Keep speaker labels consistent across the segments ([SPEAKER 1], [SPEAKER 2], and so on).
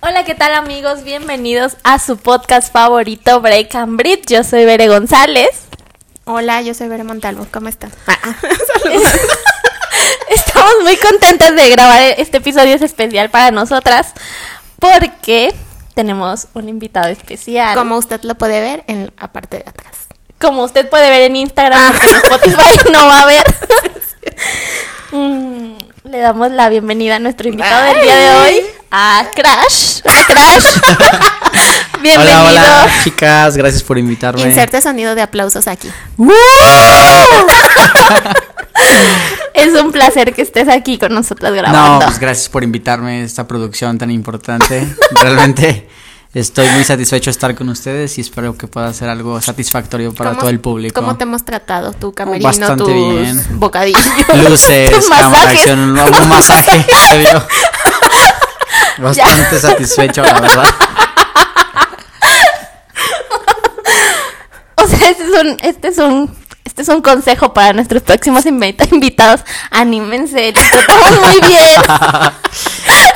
[SPEAKER 1] Hola, ¿qué tal amigos? Bienvenidos a su podcast favorito Break and Breed. Yo soy Bere González.
[SPEAKER 2] Hola, yo soy Vera Montalvo, ¿cómo están?
[SPEAKER 3] Ah.
[SPEAKER 1] Estamos muy contentas de grabar este episodio, es especial para nosotras porque tenemos un invitado especial.
[SPEAKER 2] Como usted lo puede ver en la parte de atrás.
[SPEAKER 1] Como usted puede ver en Instagram, porque en Spotify no va a ver. Mm, Le damos la bienvenida a nuestro invitado del día de hoy, a Crash. Crash. Bienvenido.
[SPEAKER 3] Hola, hola, chicas, gracias por invitarme.
[SPEAKER 2] Inserte sonido de aplausos aquí.
[SPEAKER 3] ¡Woo!
[SPEAKER 1] Es un placer que estés aquí con nosotras
[SPEAKER 3] No,
[SPEAKER 1] grabando.
[SPEAKER 3] pues gracias por invitarme a esta producción tan importante. Realmente estoy muy satisfecho de estar con ustedes y espero que pueda hacer algo satisfactorio para
[SPEAKER 2] ¿Cómo-
[SPEAKER 3] todo el público.
[SPEAKER 2] ¿Cómo te hemos tratado? Tu camerino,
[SPEAKER 3] Bastante
[SPEAKER 2] tus
[SPEAKER 3] bien.
[SPEAKER 2] bocadillos.
[SPEAKER 3] Luces,
[SPEAKER 1] Tus
[SPEAKER 3] cámara,
[SPEAKER 1] masajes.
[SPEAKER 3] acción, un nuevo masaje. se vio. Bastante satisfecho, la verdad.
[SPEAKER 1] O sea, este es un, este es un, este es un consejo para nuestros próximos invita- invitados. Anímense, los tratamos muy bien.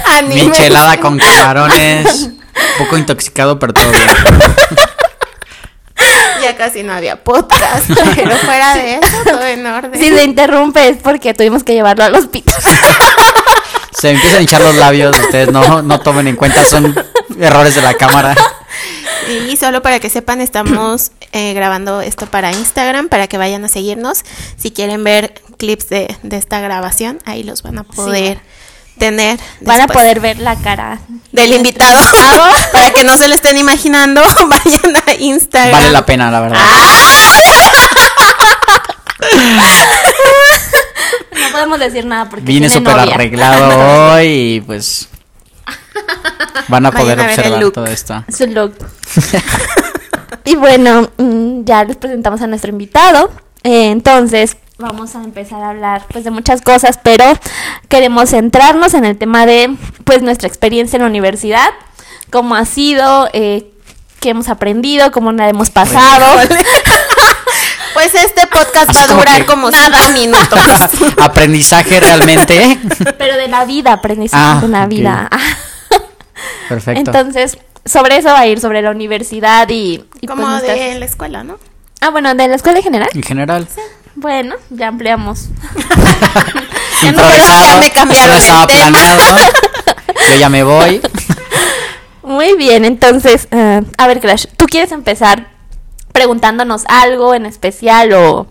[SPEAKER 2] Anímense.
[SPEAKER 3] Michelada con camarones. Un poco intoxicado, pero todo bien.
[SPEAKER 2] Ya casi no había podcast, pero fuera de eso, todo en orden.
[SPEAKER 1] Si se interrumpe es porque tuvimos que llevarlo al hospital.
[SPEAKER 3] Se me empiezan a hinchar los labios, ustedes no, no tomen en cuenta, son errores de la cámara.
[SPEAKER 2] Y solo para que sepan, estamos eh, grabando esto para Instagram, para que vayan a seguirnos. Si quieren ver clips de, de esta grabación, ahí los van a poder tener.
[SPEAKER 1] Van a
[SPEAKER 2] después.
[SPEAKER 1] poder ver la cara
[SPEAKER 2] Del invitado. para que no se lo estén imaginando, vayan a Instagram.
[SPEAKER 3] Vale la pena, la verdad.
[SPEAKER 2] Ah,
[SPEAKER 1] No podemos decir nada porque
[SPEAKER 3] Vine
[SPEAKER 1] tiene
[SPEAKER 3] súper
[SPEAKER 1] novia.
[SPEAKER 3] arreglado hoy y pues van a
[SPEAKER 2] Vayan
[SPEAKER 3] poder
[SPEAKER 2] a ver el
[SPEAKER 3] observar
[SPEAKER 2] look.
[SPEAKER 3] todo esto.
[SPEAKER 1] Su look. y bueno, mm, ya les presentamos a nuestro invitado. Eh, Entonces, vamos a empezar a hablar pues de muchas cosas, pero queremos centrarnos en el tema de pues nuestra experiencia en la universidad, cómo ha sido, eh, qué hemos aprendido, cómo la hemos pasado.
[SPEAKER 2] Pues este podcast
[SPEAKER 3] Así
[SPEAKER 2] va a
[SPEAKER 3] como
[SPEAKER 2] durar
[SPEAKER 3] que
[SPEAKER 2] como
[SPEAKER 1] nada.
[SPEAKER 2] 5 minutos.
[SPEAKER 3] Aprendizaje realmente.
[SPEAKER 1] pero de la vida, aprendizaje
[SPEAKER 3] Ah,
[SPEAKER 1] de la
[SPEAKER 3] ok.
[SPEAKER 1] vida.
[SPEAKER 3] Perfecto.
[SPEAKER 1] Entonces, sobre eso va a ir, sobre la universidad y... y, pues,
[SPEAKER 2] como
[SPEAKER 1] nuestras-
[SPEAKER 2] de la escuela, ¿no?
[SPEAKER 1] Ah, bueno, de la escuela en general.
[SPEAKER 3] en general.
[SPEAKER 1] Bueno, ya ampliamos.
[SPEAKER 2] Ya no fueron, ya
[SPEAKER 3] Improvisado.
[SPEAKER 2] me cambiaron
[SPEAKER 3] Eso no
[SPEAKER 2] el
[SPEAKER 3] estaba
[SPEAKER 2] tema.
[SPEAKER 3] planeado. Yo ya me voy.
[SPEAKER 1] Muy bien, entonces, eh, a ver, Crash, ¿tú quieres empezar preguntándonos algo en especial o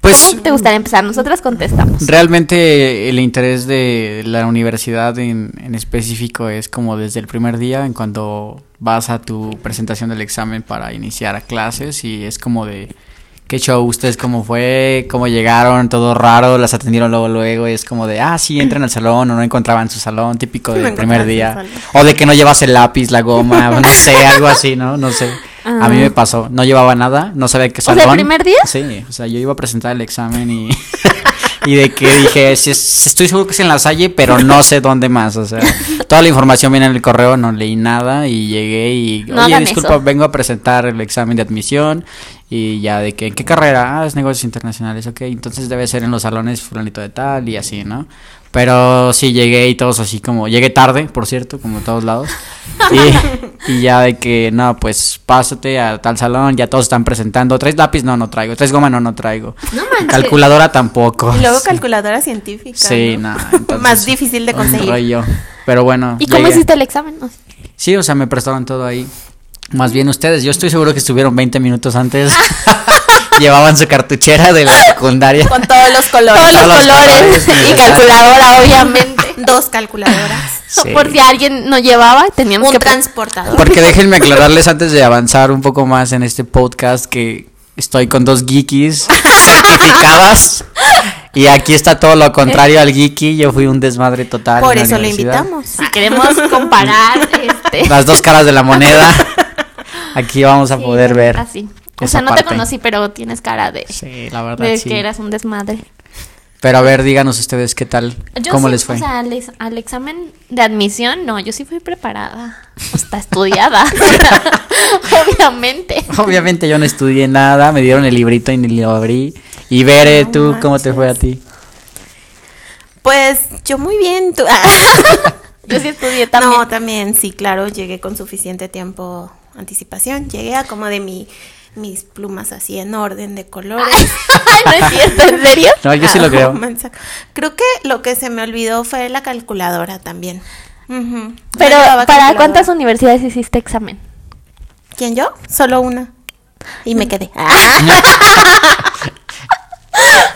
[SPEAKER 3] Pues
[SPEAKER 1] cómo te gustaría empezar? Nosotras contestamos.
[SPEAKER 3] Realmente el interés de la universidad en, en específico es como desde el primer día, en cuando vas a tu presentación del examen para iniciar a clases y es como de qué show ustedes cómo fue, cómo llegaron, todo raro, las atendieron luego luego y es como de ah sí entran al salón o no encontraban su salón típico
[SPEAKER 2] No
[SPEAKER 3] del primer
[SPEAKER 2] encontraban su
[SPEAKER 3] día
[SPEAKER 2] salón.
[SPEAKER 3] o de que no llevas el lápiz, la goma, no sé algo así, no, no sé. A mí me pasó, no llevaba nada, no sabía qué
[SPEAKER 1] sea, ¿el
[SPEAKER 3] salón.
[SPEAKER 1] primer día?
[SPEAKER 3] Sí, o sea, yo iba a presentar el examen y, y de que dije, "Sí, es- estoy seguro que es en la Salle, pero no sé dónde más, o sea, toda la información viene en el correo, no leí nada y llegué y,
[SPEAKER 1] No
[SPEAKER 3] oye,
[SPEAKER 1] hagan
[SPEAKER 3] disculpa,
[SPEAKER 1] eso.
[SPEAKER 3] vengo a presentar el examen de admisión y ya de que, ¿en qué carrera? Ah, es negocios internacionales, ok, entonces debe ser en los salones fulanito de tal y así, ¿no? Pero sí llegué y todos así como, llegué tarde, por cierto, como a todos lados. Y, y ya de que, no, pues pásate a tal salón, ya todos están presentando. ¿Traes lápiz? No, no traigo. ¿Traes goma? No, no traigo.
[SPEAKER 1] No manches.
[SPEAKER 3] Calculadora tampoco.
[SPEAKER 2] Y luego calculadora científica.
[SPEAKER 3] Sí,
[SPEAKER 2] ¿no?
[SPEAKER 3] nada. entonces,
[SPEAKER 2] Más difícil de
[SPEAKER 3] un
[SPEAKER 2] conseguir.
[SPEAKER 3] rollo. Pero bueno.
[SPEAKER 1] ¿Y cómo
[SPEAKER 3] llegué.
[SPEAKER 1] hiciste el examen? No sé.
[SPEAKER 3] Sí, o sea, me prestaron todo ahí. Más bien ustedes, yo estoy seguro que estuvieron 20 minutos antes. Llevaban su cartuchera de la secundaria.
[SPEAKER 2] Con todos los colores.
[SPEAKER 1] Todos los
[SPEAKER 3] todos los
[SPEAKER 1] colores
[SPEAKER 3] colores,
[SPEAKER 1] y
[SPEAKER 3] ¿verdad?
[SPEAKER 1] calculadora, obviamente.
[SPEAKER 2] Dos calculadoras.
[SPEAKER 3] Sí.
[SPEAKER 1] Por si alguien no llevaba, teníamos
[SPEAKER 2] Un
[SPEAKER 1] que...
[SPEAKER 2] transportador.
[SPEAKER 3] Porque déjenme aclararles antes de avanzar un poco más en este podcast que estoy con dos geekies certificadas. Y aquí está todo lo contrario al geeky. Yo fui un desmadre total.
[SPEAKER 2] Por
[SPEAKER 3] en la
[SPEAKER 2] eso lo
[SPEAKER 3] universidad.
[SPEAKER 2] invitamos.
[SPEAKER 1] Si queremos comparar, este...
[SPEAKER 3] Las dos caras de la moneda. Aquí vamos a poder ver.
[SPEAKER 1] Así. O
[SPEAKER 3] esa
[SPEAKER 1] sea, no te
[SPEAKER 3] parte.
[SPEAKER 1] conocí, pero tienes cara de,
[SPEAKER 3] Sí, la verdad.
[SPEAKER 1] de
[SPEAKER 3] sí.
[SPEAKER 1] que eras un desmadre.
[SPEAKER 3] Pero a ver, díganos ustedes qué tal.
[SPEAKER 1] Yo
[SPEAKER 3] ¿Cómo
[SPEAKER 1] sí,
[SPEAKER 3] les fue?
[SPEAKER 1] O sea, al, ex- al examen de admisión, no, yo sí fui preparada. Está estudiada. Obviamente.
[SPEAKER 3] Obviamente yo no estudié nada. Me dieron el librito y ni lo abrí. Y Bere,
[SPEAKER 2] No
[SPEAKER 3] ¿tú cómo te fue a ti?
[SPEAKER 2] Pues yo muy bien. tú-
[SPEAKER 1] Yo sí estudié. yo también.
[SPEAKER 2] No, también, sí, claro, llegué con suficiente tiempo anticipación. Llegué a como de mi, mis plumas así en orden de colores.
[SPEAKER 1] No es cierto, ¿en serio?
[SPEAKER 3] No, yo sí lo
[SPEAKER 2] Ah,
[SPEAKER 3] creo.
[SPEAKER 2] mensa- Creo que lo que se me olvidó fue la calculadora también. Ujú.
[SPEAKER 1] Pero,
[SPEAKER 2] No llevaba
[SPEAKER 1] ¿para
[SPEAKER 2] calculadora.
[SPEAKER 1] cuántas universidades hiciste examen?
[SPEAKER 2] ¿Quién yo? Solo una. Y me quedé.
[SPEAKER 1] Ah.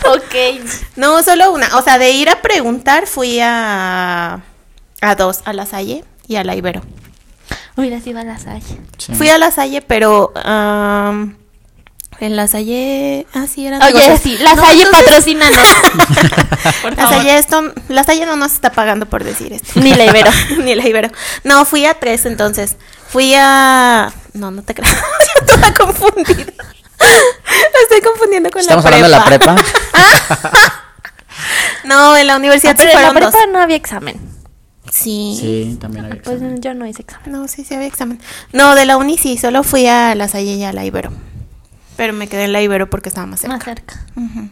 [SPEAKER 1] ok.
[SPEAKER 2] No, solo una. O sea, de ir a preguntar fui a, a dos, a la Salle y a la Ibero.
[SPEAKER 1] Hubiera sido a la Salle.
[SPEAKER 3] Sí.
[SPEAKER 2] Fui a la Salle, pero am, en la Salle... Ah, sí, eran
[SPEAKER 1] Oye,
[SPEAKER 2] negocios.
[SPEAKER 1] sí, la
[SPEAKER 2] No,
[SPEAKER 1] Salle
[SPEAKER 2] entonces-
[SPEAKER 1] patrocina, Por
[SPEAKER 2] La
[SPEAKER 1] favor.
[SPEAKER 2] Salle, esto, la Salle no nos está pagando por decir esto.
[SPEAKER 1] Ni la Ibero.
[SPEAKER 2] Ni la Ibero. No, fui a tres entonces. Fui a... No, no te creo. Yo toda confundida. Lo estoy confundiendo con
[SPEAKER 3] Estamos
[SPEAKER 2] la
[SPEAKER 3] hablando de la
[SPEAKER 2] prepa.
[SPEAKER 3] prepa.
[SPEAKER 1] Ah.
[SPEAKER 2] No, en la universidad sí
[SPEAKER 1] pero en Ah, la
[SPEAKER 2] fueron
[SPEAKER 1] prepa
[SPEAKER 2] dos.
[SPEAKER 1] no había examen.
[SPEAKER 2] Sí.
[SPEAKER 3] Sí, también había
[SPEAKER 1] Pues
[SPEAKER 3] examen.
[SPEAKER 1] yo no hice examen.
[SPEAKER 2] No, sí, sí había examen. No, de la uni sí, solo fui a la Salle y a la Ibero. Pero me quedé en la Ibero porque estaba más cerca.
[SPEAKER 1] Más cerca.
[SPEAKER 2] Ujú.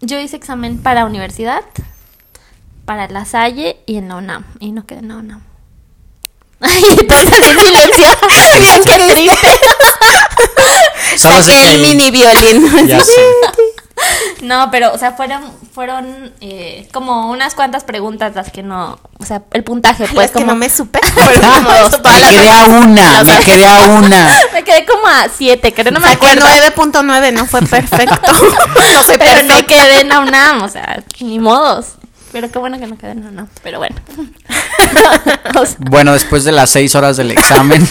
[SPEAKER 1] Yo hice examen para universidad, para la Salle y en la UNAM. Y no quedé en la UNAM. Ay, todos en silencio. Bien, qué triste.
[SPEAKER 3] Solo sé
[SPEAKER 2] Saqué el
[SPEAKER 3] que-
[SPEAKER 2] mini violín.
[SPEAKER 3] Ya
[SPEAKER 2] Sí.
[SPEAKER 3] sé.
[SPEAKER 1] No, pero, o sea, fueron, fueron eh, como unas cuantas preguntas las que no, o sea, el puntaje,
[SPEAKER 2] Las
[SPEAKER 1] pues
[SPEAKER 2] que
[SPEAKER 1] como...
[SPEAKER 2] no me supe. Fueron como dos.
[SPEAKER 3] Me quedé a una, me quedé a una.
[SPEAKER 1] Me quedé como a siete, creo, no me
[SPEAKER 2] Saqué
[SPEAKER 1] acuerdo.
[SPEAKER 2] 9.9, no fue perfecto. no fue
[SPEAKER 1] pero
[SPEAKER 2] perfecto.
[SPEAKER 1] no quedé en la UNAM, o sea, ni modos. Pero qué bueno que no quedé en la UNAM, pero bueno. O sea,
[SPEAKER 3] Bueno, después de las seis horas del examen,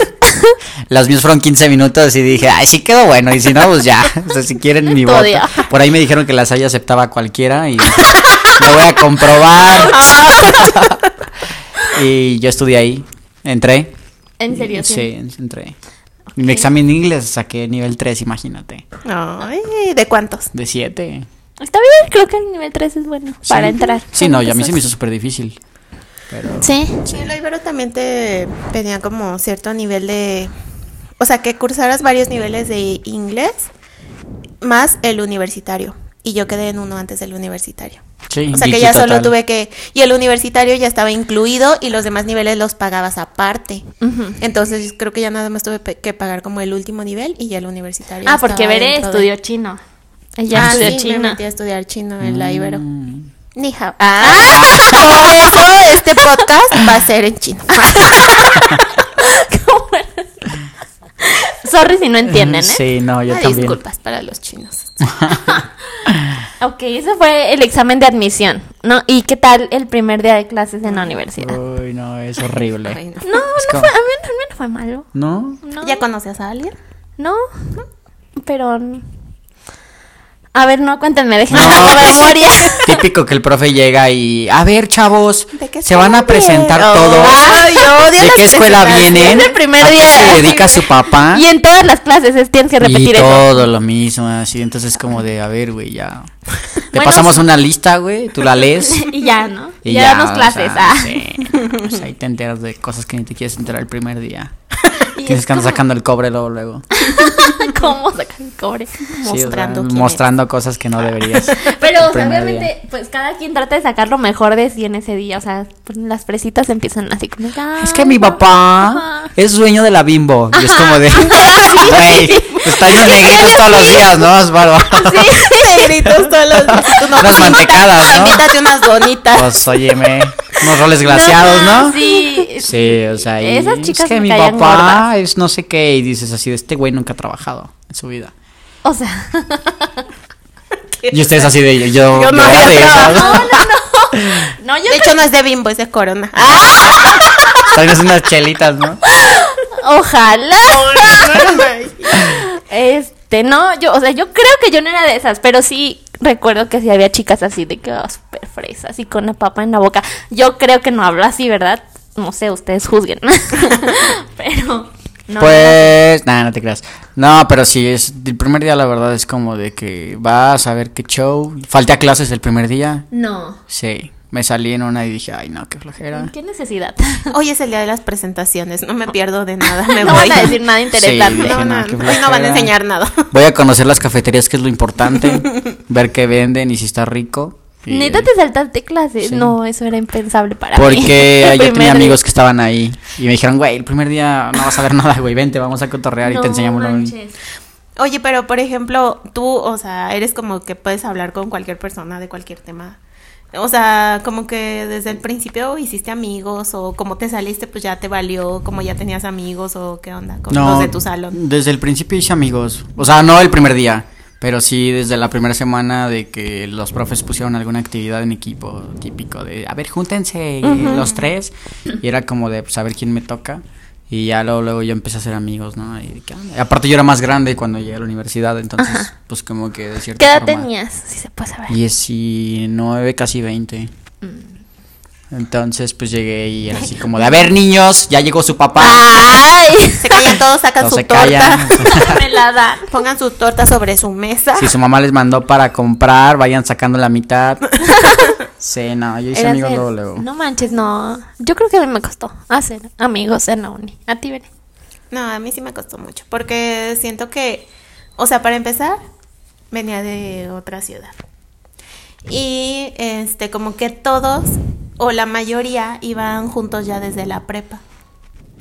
[SPEAKER 3] las mías fueron 15 minutos y dije, ay, sí quedó bueno. Y si no, pues ya. O sea, si quieren mi voto.
[SPEAKER 1] Todavía.
[SPEAKER 3] Por ahí me dijeron que las haya aceptaba a cualquiera y lo voy a comprobar. y yo estudié ahí. Entré.
[SPEAKER 1] en serio, sí.
[SPEAKER 3] Sí, entré. Mi examen de inglés saqué nivel 3, imagínate.
[SPEAKER 2] Ay, ¿de cuántos?
[SPEAKER 3] De 7.
[SPEAKER 1] Está bien, creo que el nivel 3 es bueno para entrar.
[SPEAKER 3] Sí, no, y a mí se me hizo súper difícil. Pero...
[SPEAKER 1] Sí.
[SPEAKER 2] Sí, en la Ibero también te pedían como cierto nivel de... O sea, que cursaras varios niveles de inglés más el universitario. Y yo quedé en uno antes del universitario.
[SPEAKER 3] Sí,
[SPEAKER 2] O sea que
[SPEAKER 3] digi
[SPEAKER 2] ya solo
[SPEAKER 3] total.
[SPEAKER 2] tuve que... Y el universitario ya estaba incluido y los demás niveles los pagabas aparte. Entonces creo que ya nada más tuve pe- que pagar como el último nivel y ya el universitario.
[SPEAKER 1] Ah, porque
[SPEAKER 2] estaba
[SPEAKER 1] Veré
[SPEAKER 2] dentro de-
[SPEAKER 1] estudió chino. Ella
[SPEAKER 2] ah,
[SPEAKER 1] estudió
[SPEAKER 2] sí, me
[SPEAKER 1] chino.
[SPEAKER 2] metí a estudiar chino en la Ibero.
[SPEAKER 3] Mm.
[SPEAKER 2] Ni hao. Por
[SPEAKER 1] ah.
[SPEAKER 2] eso este podcast va a ser en chino.
[SPEAKER 3] Ah,
[SPEAKER 1] Sorry si no entienden, ¿eh?
[SPEAKER 3] Sí, no, yo
[SPEAKER 2] Ah,
[SPEAKER 3] también.
[SPEAKER 2] disculpas para los chinos.
[SPEAKER 1] Ok, ese fue el examen de admisión, ¿no? ¿Y qué tal el primer día de clases en la universidad?
[SPEAKER 3] Uy, no, es horrible.
[SPEAKER 2] Ay, no.
[SPEAKER 1] No, no
[SPEAKER 3] como-
[SPEAKER 1] fue, a mí, no- a mí no fue malo.
[SPEAKER 3] ¿No?
[SPEAKER 1] No,
[SPEAKER 2] ¿Ya conocías a alguien?
[SPEAKER 1] no, pero... A ver, no, cuéntenme, déjenme
[SPEAKER 3] No,
[SPEAKER 1] hacer
[SPEAKER 3] pues,
[SPEAKER 1] memoria.
[SPEAKER 3] Típico que el profe llega y, a ver, chavos,
[SPEAKER 2] ¿De qué
[SPEAKER 3] se van a
[SPEAKER 2] saben?
[SPEAKER 3] presentar
[SPEAKER 2] Oh,
[SPEAKER 3] todos.
[SPEAKER 2] ay, odio
[SPEAKER 3] ¿De
[SPEAKER 2] las
[SPEAKER 3] qué escuela
[SPEAKER 2] presentaciones.
[SPEAKER 3] vienen?
[SPEAKER 1] Es el primer
[SPEAKER 3] ¿A qué
[SPEAKER 1] día.
[SPEAKER 3] se dedica su papá?
[SPEAKER 1] Y en todas las clases es- tienes que
[SPEAKER 3] Y
[SPEAKER 1] repetir eso.
[SPEAKER 3] todo lo mismo, así. Entonces, es como de, a ver, güey, ya. Te
[SPEAKER 1] Bueno,
[SPEAKER 3] pasamos una lista, güey, tú la lees.
[SPEAKER 1] Y ya, ¿no?
[SPEAKER 3] Y
[SPEAKER 1] ya, damos
[SPEAKER 3] o
[SPEAKER 1] clases.
[SPEAKER 3] sea,
[SPEAKER 1] ah.
[SPEAKER 3] sí, o sea, ahí te enteras de cosas que ni te quieres enterar el primer día.
[SPEAKER 1] Y
[SPEAKER 3] Tienes
[SPEAKER 1] es
[SPEAKER 3] que andar
[SPEAKER 1] como-
[SPEAKER 3] sacando el cobre luego, luego.
[SPEAKER 1] ¿Cómo sacar el cobre?
[SPEAKER 3] Sí, o sea,
[SPEAKER 2] Mostrando quién
[SPEAKER 3] mostrando cosas que no deberías.
[SPEAKER 1] Pero,
[SPEAKER 3] el
[SPEAKER 1] o sea,
[SPEAKER 3] primer
[SPEAKER 1] obviamente,
[SPEAKER 3] día.
[SPEAKER 1] pues cada quien trata de sacar lo mejor de sí en ese día. O sea, pues, las fresitas empiezan así como.
[SPEAKER 3] Es que mi papá
[SPEAKER 1] ah, Ajá.
[SPEAKER 3] es dueño de la bimbo. Y es como de. Güey, está lleno de negritos todos los días, ¿no? Osvaldo?
[SPEAKER 2] Negritos todos los días. No,
[SPEAKER 3] Unas mantecadas, ¿no?
[SPEAKER 2] Invítate unas donitas.
[SPEAKER 3] Pues óyeme, unos roles glaciados, ¿no?
[SPEAKER 1] Sí.
[SPEAKER 3] Sí, o sea, y
[SPEAKER 1] Esas chicas
[SPEAKER 3] es que
[SPEAKER 1] me
[SPEAKER 3] mi papá
[SPEAKER 1] caían
[SPEAKER 3] es no sé qué y dices así, de este güey nunca ha trabajado en su vida.
[SPEAKER 1] O sea.
[SPEAKER 3] Y ustedes así de yo, yo,
[SPEAKER 2] Yo no
[SPEAKER 3] era
[SPEAKER 2] había
[SPEAKER 3] de esas.
[SPEAKER 1] No, no, no. No, yo
[SPEAKER 2] De hecho, no es de bimbo, es de corona. Ah,
[SPEAKER 3] Traes unas chelitas, ¿no?
[SPEAKER 1] creo- Ojalá.
[SPEAKER 2] Ah.
[SPEAKER 1] Este, no, yo, o sea, yo creo que yo no era de esas, pero sí recuerdo que sí había chicas así de que oh, súper fresas y con la papa en la boca. Yo creo que no hablo así, ¿verdad? No sé, ustedes juzguen. pero. No,
[SPEAKER 3] pues, nada, no te creas. No, pero sí, es, el primer día la verdad es como de que vas a ver qué show. Falté a clases el primer día.
[SPEAKER 1] No.
[SPEAKER 3] Sí, me salí en una y dije, ay, no, qué flojera.
[SPEAKER 1] ¿Qué necesidad?
[SPEAKER 2] Hoy es el día de las presentaciones, no me pierdo de nada, me
[SPEAKER 1] no
[SPEAKER 2] voy.
[SPEAKER 1] van a decir nada interesante.
[SPEAKER 3] Sí,
[SPEAKER 2] No,
[SPEAKER 3] Dije,
[SPEAKER 2] no,
[SPEAKER 3] no, qué
[SPEAKER 2] hoy no van
[SPEAKER 3] flojera.
[SPEAKER 2] a enseñar nada.
[SPEAKER 3] Voy a conocer las cafeterías, que es lo importante. ver qué venden y si está rico. Y,
[SPEAKER 1] Neta te saltaste clases.
[SPEAKER 3] sí.
[SPEAKER 1] No, eso era impensable para mí.
[SPEAKER 3] Porque
[SPEAKER 1] El
[SPEAKER 3] yo
[SPEAKER 1] primer
[SPEAKER 3] tenía amigos
[SPEAKER 1] día.
[SPEAKER 3] que estaban ahí y me dijeron, güey, el primer día no vas a ver nada, güey, vente, vamos a cotorrear y
[SPEAKER 1] No
[SPEAKER 3] te enseñamos lo
[SPEAKER 1] manches.
[SPEAKER 2] Oye, pero por ejemplo, tú, o sea, eres como que puedes hablar con cualquier persona de cualquier tema. O sea, como que desde el principio hiciste amigos o como te saliste, pues ya te valió, como ya tenías amigos o qué onda con los de tu salón.
[SPEAKER 3] Desde el principio hice amigos. O sea, no el primer día, pero sí desde la primera semana de que los profes pusieron alguna actividad en equipo típico de, a ver, júntense y los tres. Y era como de saber quién me toca. Y ya luego, luego yo empecé a ser amigos, ¿no? Y, de que, "Ah". aparte yo era más grande cuando llegué a la universidad, entonces
[SPEAKER 1] Ajá.
[SPEAKER 3] pues como que de cierta
[SPEAKER 1] ¿Qué edad
[SPEAKER 3] forma-
[SPEAKER 1] tenías? Si se puede saber.
[SPEAKER 3] 19, casi 20.
[SPEAKER 2] Mm.
[SPEAKER 3] Entonces pues llegué y era así como de, a ver niños, ya llegó su papá.
[SPEAKER 1] ¡Ay!
[SPEAKER 2] Se callan todos, sacan
[SPEAKER 3] Todos
[SPEAKER 2] su
[SPEAKER 3] se
[SPEAKER 2] torta.
[SPEAKER 3] callan.
[SPEAKER 1] Me la dan.
[SPEAKER 2] Pongan su torta sobre su mesa.
[SPEAKER 3] Si su mamá les mandó para comprar, vayan sacando la mitad. sí, no, yo hice
[SPEAKER 1] Era
[SPEAKER 3] amigos
[SPEAKER 1] hacer-
[SPEAKER 3] luego, luego.
[SPEAKER 1] No manches, no. Yo creo que a mí me costó hacer amigos en la uni. A ti, Bere.
[SPEAKER 2] No, a mí sí me costó mucho porque siento que, o sea, para empezar, venía de otra ciudad. Y este, como que todos o la mayoría iban juntos ya desde la prepa.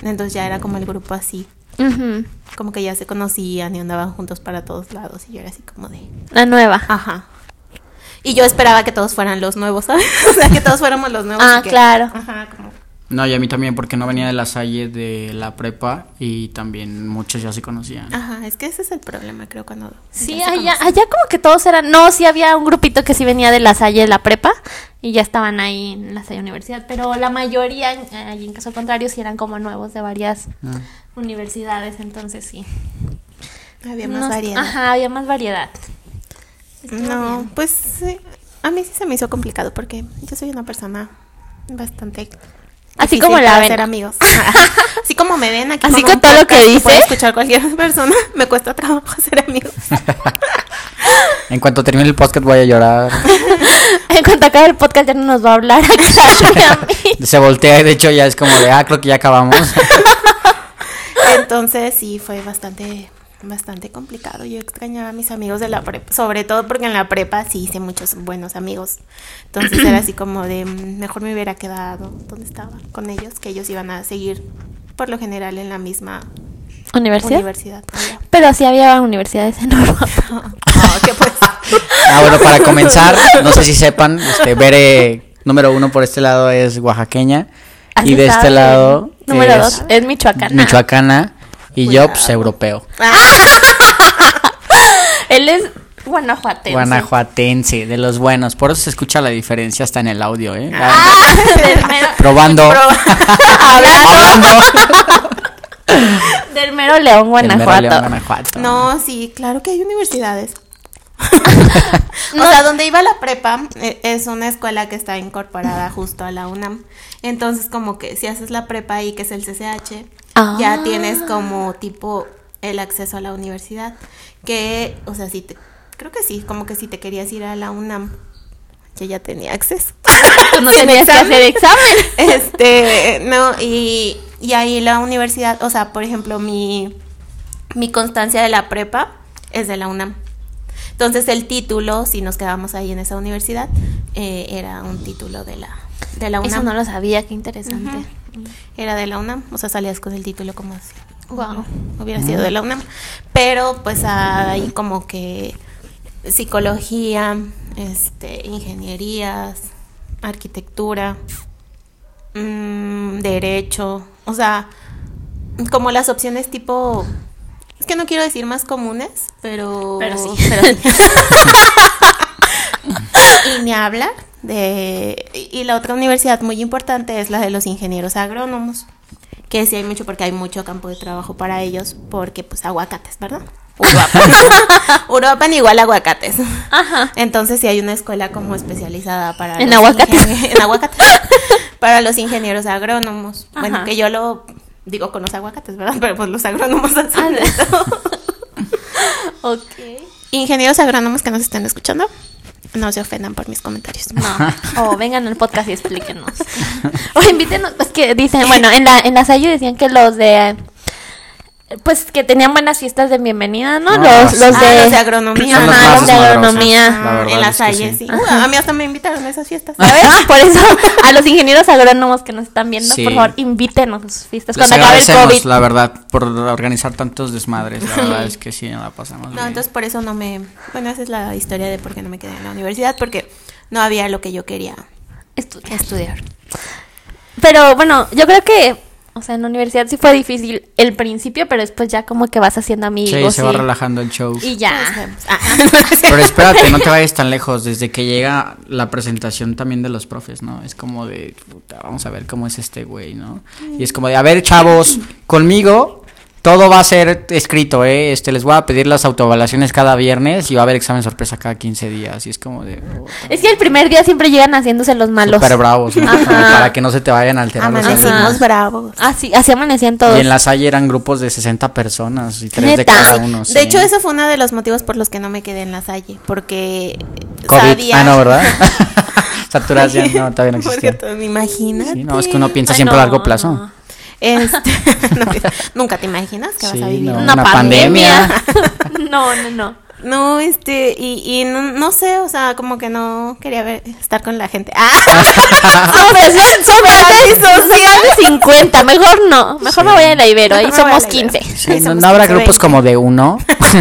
[SPEAKER 2] Entonces ya era como el grupo así,
[SPEAKER 1] Ujú.
[SPEAKER 2] como que ya se conocían y andaban juntos para todos lados y yo era así como de,
[SPEAKER 1] La nueva.
[SPEAKER 2] ajá. Y yo esperaba que todos fueran los nuevos, ¿sabes? O sea, que todos fuéramos los nuevos.
[SPEAKER 1] Ah,
[SPEAKER 2] y que-
[SPEAKER 1] claro.
[SPEAKER 2] Ajá, como
[SPEAKER 3] No, y a mí también porque no venía de la salle de la prepa y también muchos ya se conocían.
[SPEAKER 2] Ajá, es que ese es el problema, creo, cuando...
[SPEAKER 1] Sí,
[SPEAKER 2] empiezas a
[SPEAKER 1] allá,
[SPEAKER 2] conocer.
[SPEAKER 1] allá como que todos eran, no, sí había un grupito que sí venía de la salle de la prepa y ya estaban ahí en la salle universidad, pero la mayoría, eh, allí en caso contrario, sí eran como nuevos de varias
[SPEAKER 3] Ah.
[SPEAKER 1] universidades, entonces sí.
[SPEAKER 2] Había más
[SPEAKER 1] Nos-
[SPEAKER 2] variedad.
[SPEAKER 1] Ajá, había más variedad.
[SPEAKER 2] No, pues sí, a mí sí se me hizo complicado porque yo soy una persona bastante
[SPEAKER 1] Así
[SPEAKER 2] difícil
[SPEAKER 1] como la
[SPEAKER 2] para
[SPEAKER 1] ven.
[SPEAKER 2] hacer amigos. Así como me ven aquí.
[SPEAKER 1] Así
[SPEAKER 2] con
[SPEAKER 1] con
[SPEAKER 2] un
[SPEAKER 1] todo lo que
[SPEAKER 2] podcast puede
[SPEAKER 1] dice.
[SPEAKER 2] escuchar cualquier persona, me cuesta trabajo hacer amigos.
[SPEAKER 3] En cuanto termine el podcast voy a llorar.
[SPEAKER 1] En cuanto acabe el podcast ya no nos va a hablar a Clara y a mí.
[SPEAKER 3] se voltea y de hecho ya es como de, ah, creo que ya acabamos.
[SPEAKER 2] Entonces sí fue bastante bastante complicado. Yo extrañaba a mis amigos de la prepa, sobre todo porque en la prepa sí hice muchos buenos amigos. Entonces era así como de mm, mejor me hubiera quedado donde estaba con ellos, que ellos iban a seguir por lo general en la misma
[SPEAKER 1] ¿Universidad?
[SPEAKER 2] universidad. allá.
[SPEAKER 1] Pero sí había universidades en Europa. Oh,
[SPEAKER 2] No, ¿qué pues?
[SPEAKER 3] Ah, bueno, para comenzar, no sé si sepan, este, Bere, número uno por este lado es oaxaqueña.
[SPEAKER 1] Así
[SPEAKER 3] y de
[SPEAKER 1] saben.
[SPEAKER 3] este lado
[SPEAKER 1] Número
[SPEAKER 3] es
[SPEAKER 1] dos es Michoacana.
[SPEAKER 3] michoacana, y yo, pues,
[SPEAKER 2] Cuidado.
[SPEAKER 3] europeo.
[SPEAKER 2] Ah,
[SPEAKER 1] Él es guanajuatense.
[SPEAKER 3] Guanajuatense, de los buenos. Por eso se escucha la diferencia hasta en el audio, ¿eh?
[SPEAKER 1] Ah, del mero-
[SPEAKER 3] Probando.
[SPEAKER 1] Hablando. Del mero León,
[SPEAKER 3] Del mero
[SPEAKER 1] Guanajuato.
[SPEAKER 3] León, Guanajuato.
[SPEAKER 2] No, sí, claro que hay universidades.
[SPEAKER 1] No.
[SPEAKER 2] O sea, donde iba la prepa eh, es una escuela que está incorporada justo a la UNAM. Entonces, como que si haces la prepa ahí, que es el CCH,
[SPEAKER 1] Ah.
[SPEAKER 2] ya tienes como tipo el acceso a la universidad. Que, o sea, sí, te- creo que sí, como que si te querías ir a la UNAM, yo ya tenía acceso.
[SPEAKER 1] Tú no
[SPEAKER 2] Sin
[SPEAKER 1] tenías que hacer examen.
[SPEAKER 2] Este, no, y, y ahí la universidad, o sea, por ejemplo, mi, mi constancia de la prepa es de la UNAM. Entonces el título, si nos quedamos ahí en esa universidad, eh, era un título de la, de la
[SPEAKER 1] Eso
[SPEAKER 2] UNAM.
[SPEAKER 1] no lo sabía, qué interesante.
[SPEAKER 2] Era de la UNAM, o sea, salías con el título como si
[SPEAKER 1] Wow.
[SPEAKER 2] hubiera sido de la UNAM. Pero pues hay como que psicología, este, ingenierías, arquitectura, mm, derecho, o sea, como las opciones tipo... Es que no quiero decir más comunes, pero...
[SPEAKER 1] Pero sí.
[SPEAKER 2] y ni hablar de... Y y la otra universidad muy importante es la de los ingenieros agrónomos, que sí hay mucho porque hay mucho campo de trabajo para ellos, porque pues aguacates, ¿verdad? Uruapan igual aguacates.
[SPEAKER 1] Ajá.
[SPEAKER 2] Entonces sí hay una escuela como especializada para
[SPEAKER 1] En
[SPEAKER 2] los
[SPEAKER 1] aguacates.
[SPEAKER 2] ingen- Ah. en aguacates. para los ingenieros agrónomos.
[SPEAKER 1] Ajá.
[SPEAKER 2] Bueno, que yo lo digo con los aguacates, ¿verdad? Pero pues los agrónomos hacen
[SPEAKER 1] Ah,
[SPEAKER 2] eso.
[SPEAKER 1] Ok.
[SPEAKER 2] Ingenieros agrónomos que nos están escuchando, no se ofendan por mis comentarios. Ah,
[SPEAKER 1] No. O vengan al podcast y explíquenos. O invítenos, pues que dicen, bueno, en la, en la salle decían que los de pues que tenían buenas fiestas de bienvenida, ¿no?
[SPEAKER 3] No,
[SPEAKER 1] los,
[SPEAKER 3] sí.
[SPEAKER 1] los
[SPEAKER 2] Ah,
[SPEAKER 1] de...
[SPEAKER 2] los de agronomía.
[SPEAKER 1] Ajá,
[SPEAKER 3] Son los
[SPEAKER 1] los
[SPEAKER 3] más
[SPEAKER 1] de agronomía.
[SPEAKER 3] desmadrosos. La
[SPEAKER 2] Ah,
[SPEAKER 3] verdad
[SPEAKER 2] en las
[SPEAKER 3] es que
[SPEAKER 2] calles,
[SPEAKER 3] sí.
[SPEAKER 2] sí. Uh, a mí hasta me invitaron a esas fiestas.
[SPEAKER 1] ¿Sabes? Por eso, a los ingenieros agrónomos que nos están viendo,
[SPEAKER 3] Sí.
[SPEAKER 1] por favor, invítenos a sus fiestas
[SPEAKER 3] Les
[SPEAKER 1] cuando acabe el
[SPEAKER 3] agradecemos,
[SPEAKER 1] COVID.
[SPEAKER 3] la verdad, por organizar tantos desmadres. La verdad es que sí, no la pasamos
[SPEAKER 2] No,
[SPEAKER 3] bien.
[SPEAKER 2] entonces por eso no me... Bueno, esa es la historia de por qué no me quedé en la universidad, porque no había lo que yo quería
[SPEAKER 1] Estudia.
[SPEAKER 2] estudiar.
[SPEAKER 1] Pero bueno, yo creo que, o sea, en la universidad sí fue difícil el principio, pero después ya como que vas haciendo amigos.
[SPEAKER 3] Sí, se va
[SPEAKER 1] y-
[SPEAKER 3] relajando el show.
[SPEAKER 1] Y ya.
[SPEAKER 2] Nos vemos. Ah.
[SPEAKER 3] Pero espérate, no te vayas tan lejos. Desde que llega la presentación también de los profes, ¿no? Es como de, puta, vamos a ver cómo es este güey, ¿no? Y es como de, a ver, chavos, conmigo todo va a ser escrito, ¿eh? Este, les voy a pedir las autoevaluaciones cada viernes y va a haber examen sorpresa cada 15 días. Y es como de, oh,
[SPEAKER 1] Es que el primer día siempre llegan haciéndose los malos.
[SPEAKER 3] súper bravos, ¿no? Como
[SPEAKER 1] Ajá. Ah,
[SPEAKER 3] Para que no se te vayan a alterar los
[SPEAKER 2] Amanecimos
[SPEAKER 3] alumnos.
[SPEAKER 2] bravos.
[SPEAKER 1] Así, así amanecían todos.
[SPEAKER 3] Y en la salle eran grupos de 60 personas y tres de
[SPEAKER 1] ¿Neta?
[SPEAKER 3] cada uno. sí.
[SPEAKER 2] De hecho, eso fue uno de los motivos por los que no me quedé en la salle, porque
[SPEAKER 3] COVID.
[SPEAKER 2] sabía...
[SPEAKER 3] Ah, no, ¿verdad? Saturación, no, todavía no
[SPEAKER 2] Porque
[SPEAKER 3] existía.
[SPEAKER 2] tú- imagínate.
[SPEAKER 3] Sí, no, es que uno piensa
[SPEAKER 1] Ay,
[SPEAKER 3] siempre
[SPEAKER 1] no,
[SPEAKER 3] a largo plazo.
[SPEAKER 1] no.
[SPEAKER 2] Este, no, Nunca te imaginas que
[SPEAKER 3] Sí,
[SPEAKER 2] vas a vivir.
[SPEAKER 3] no.
[SPEAKER 2] No,
[SPEAKER 1] Una,
[SPEAKER 3] Una
[SPEAKER 1] pandemia.
[SPEAKER 3] pandemia.
[SPEAKER 1] no, no, no.
[SPEAKER 2] No, este, y, y no, no sé, o sea, como que no quería ver- estar con la gente. ¡Ah!
[SPEAKER 1] Somos- somos más de 50, mejor no. Mejor me voy a la Ibero, ahí
[SPEAKER 2] Mejor me voy a
[SPEAKER 1] somos
[SPEAKER 2] la Ibero.
[SPEAKER 1] 15.
[SPEAKER 3] Sí,
[SPEAKER 2] Ahí
[SPEAKER 3] no,
[SPEAKER 2] somos
[SPEAKER 3] no habrá
[SPEAKER 2] 15,
[SPEAKER 3] grupos
[SPEAKER 2] 20.
[SPEAKER 3] como de uno.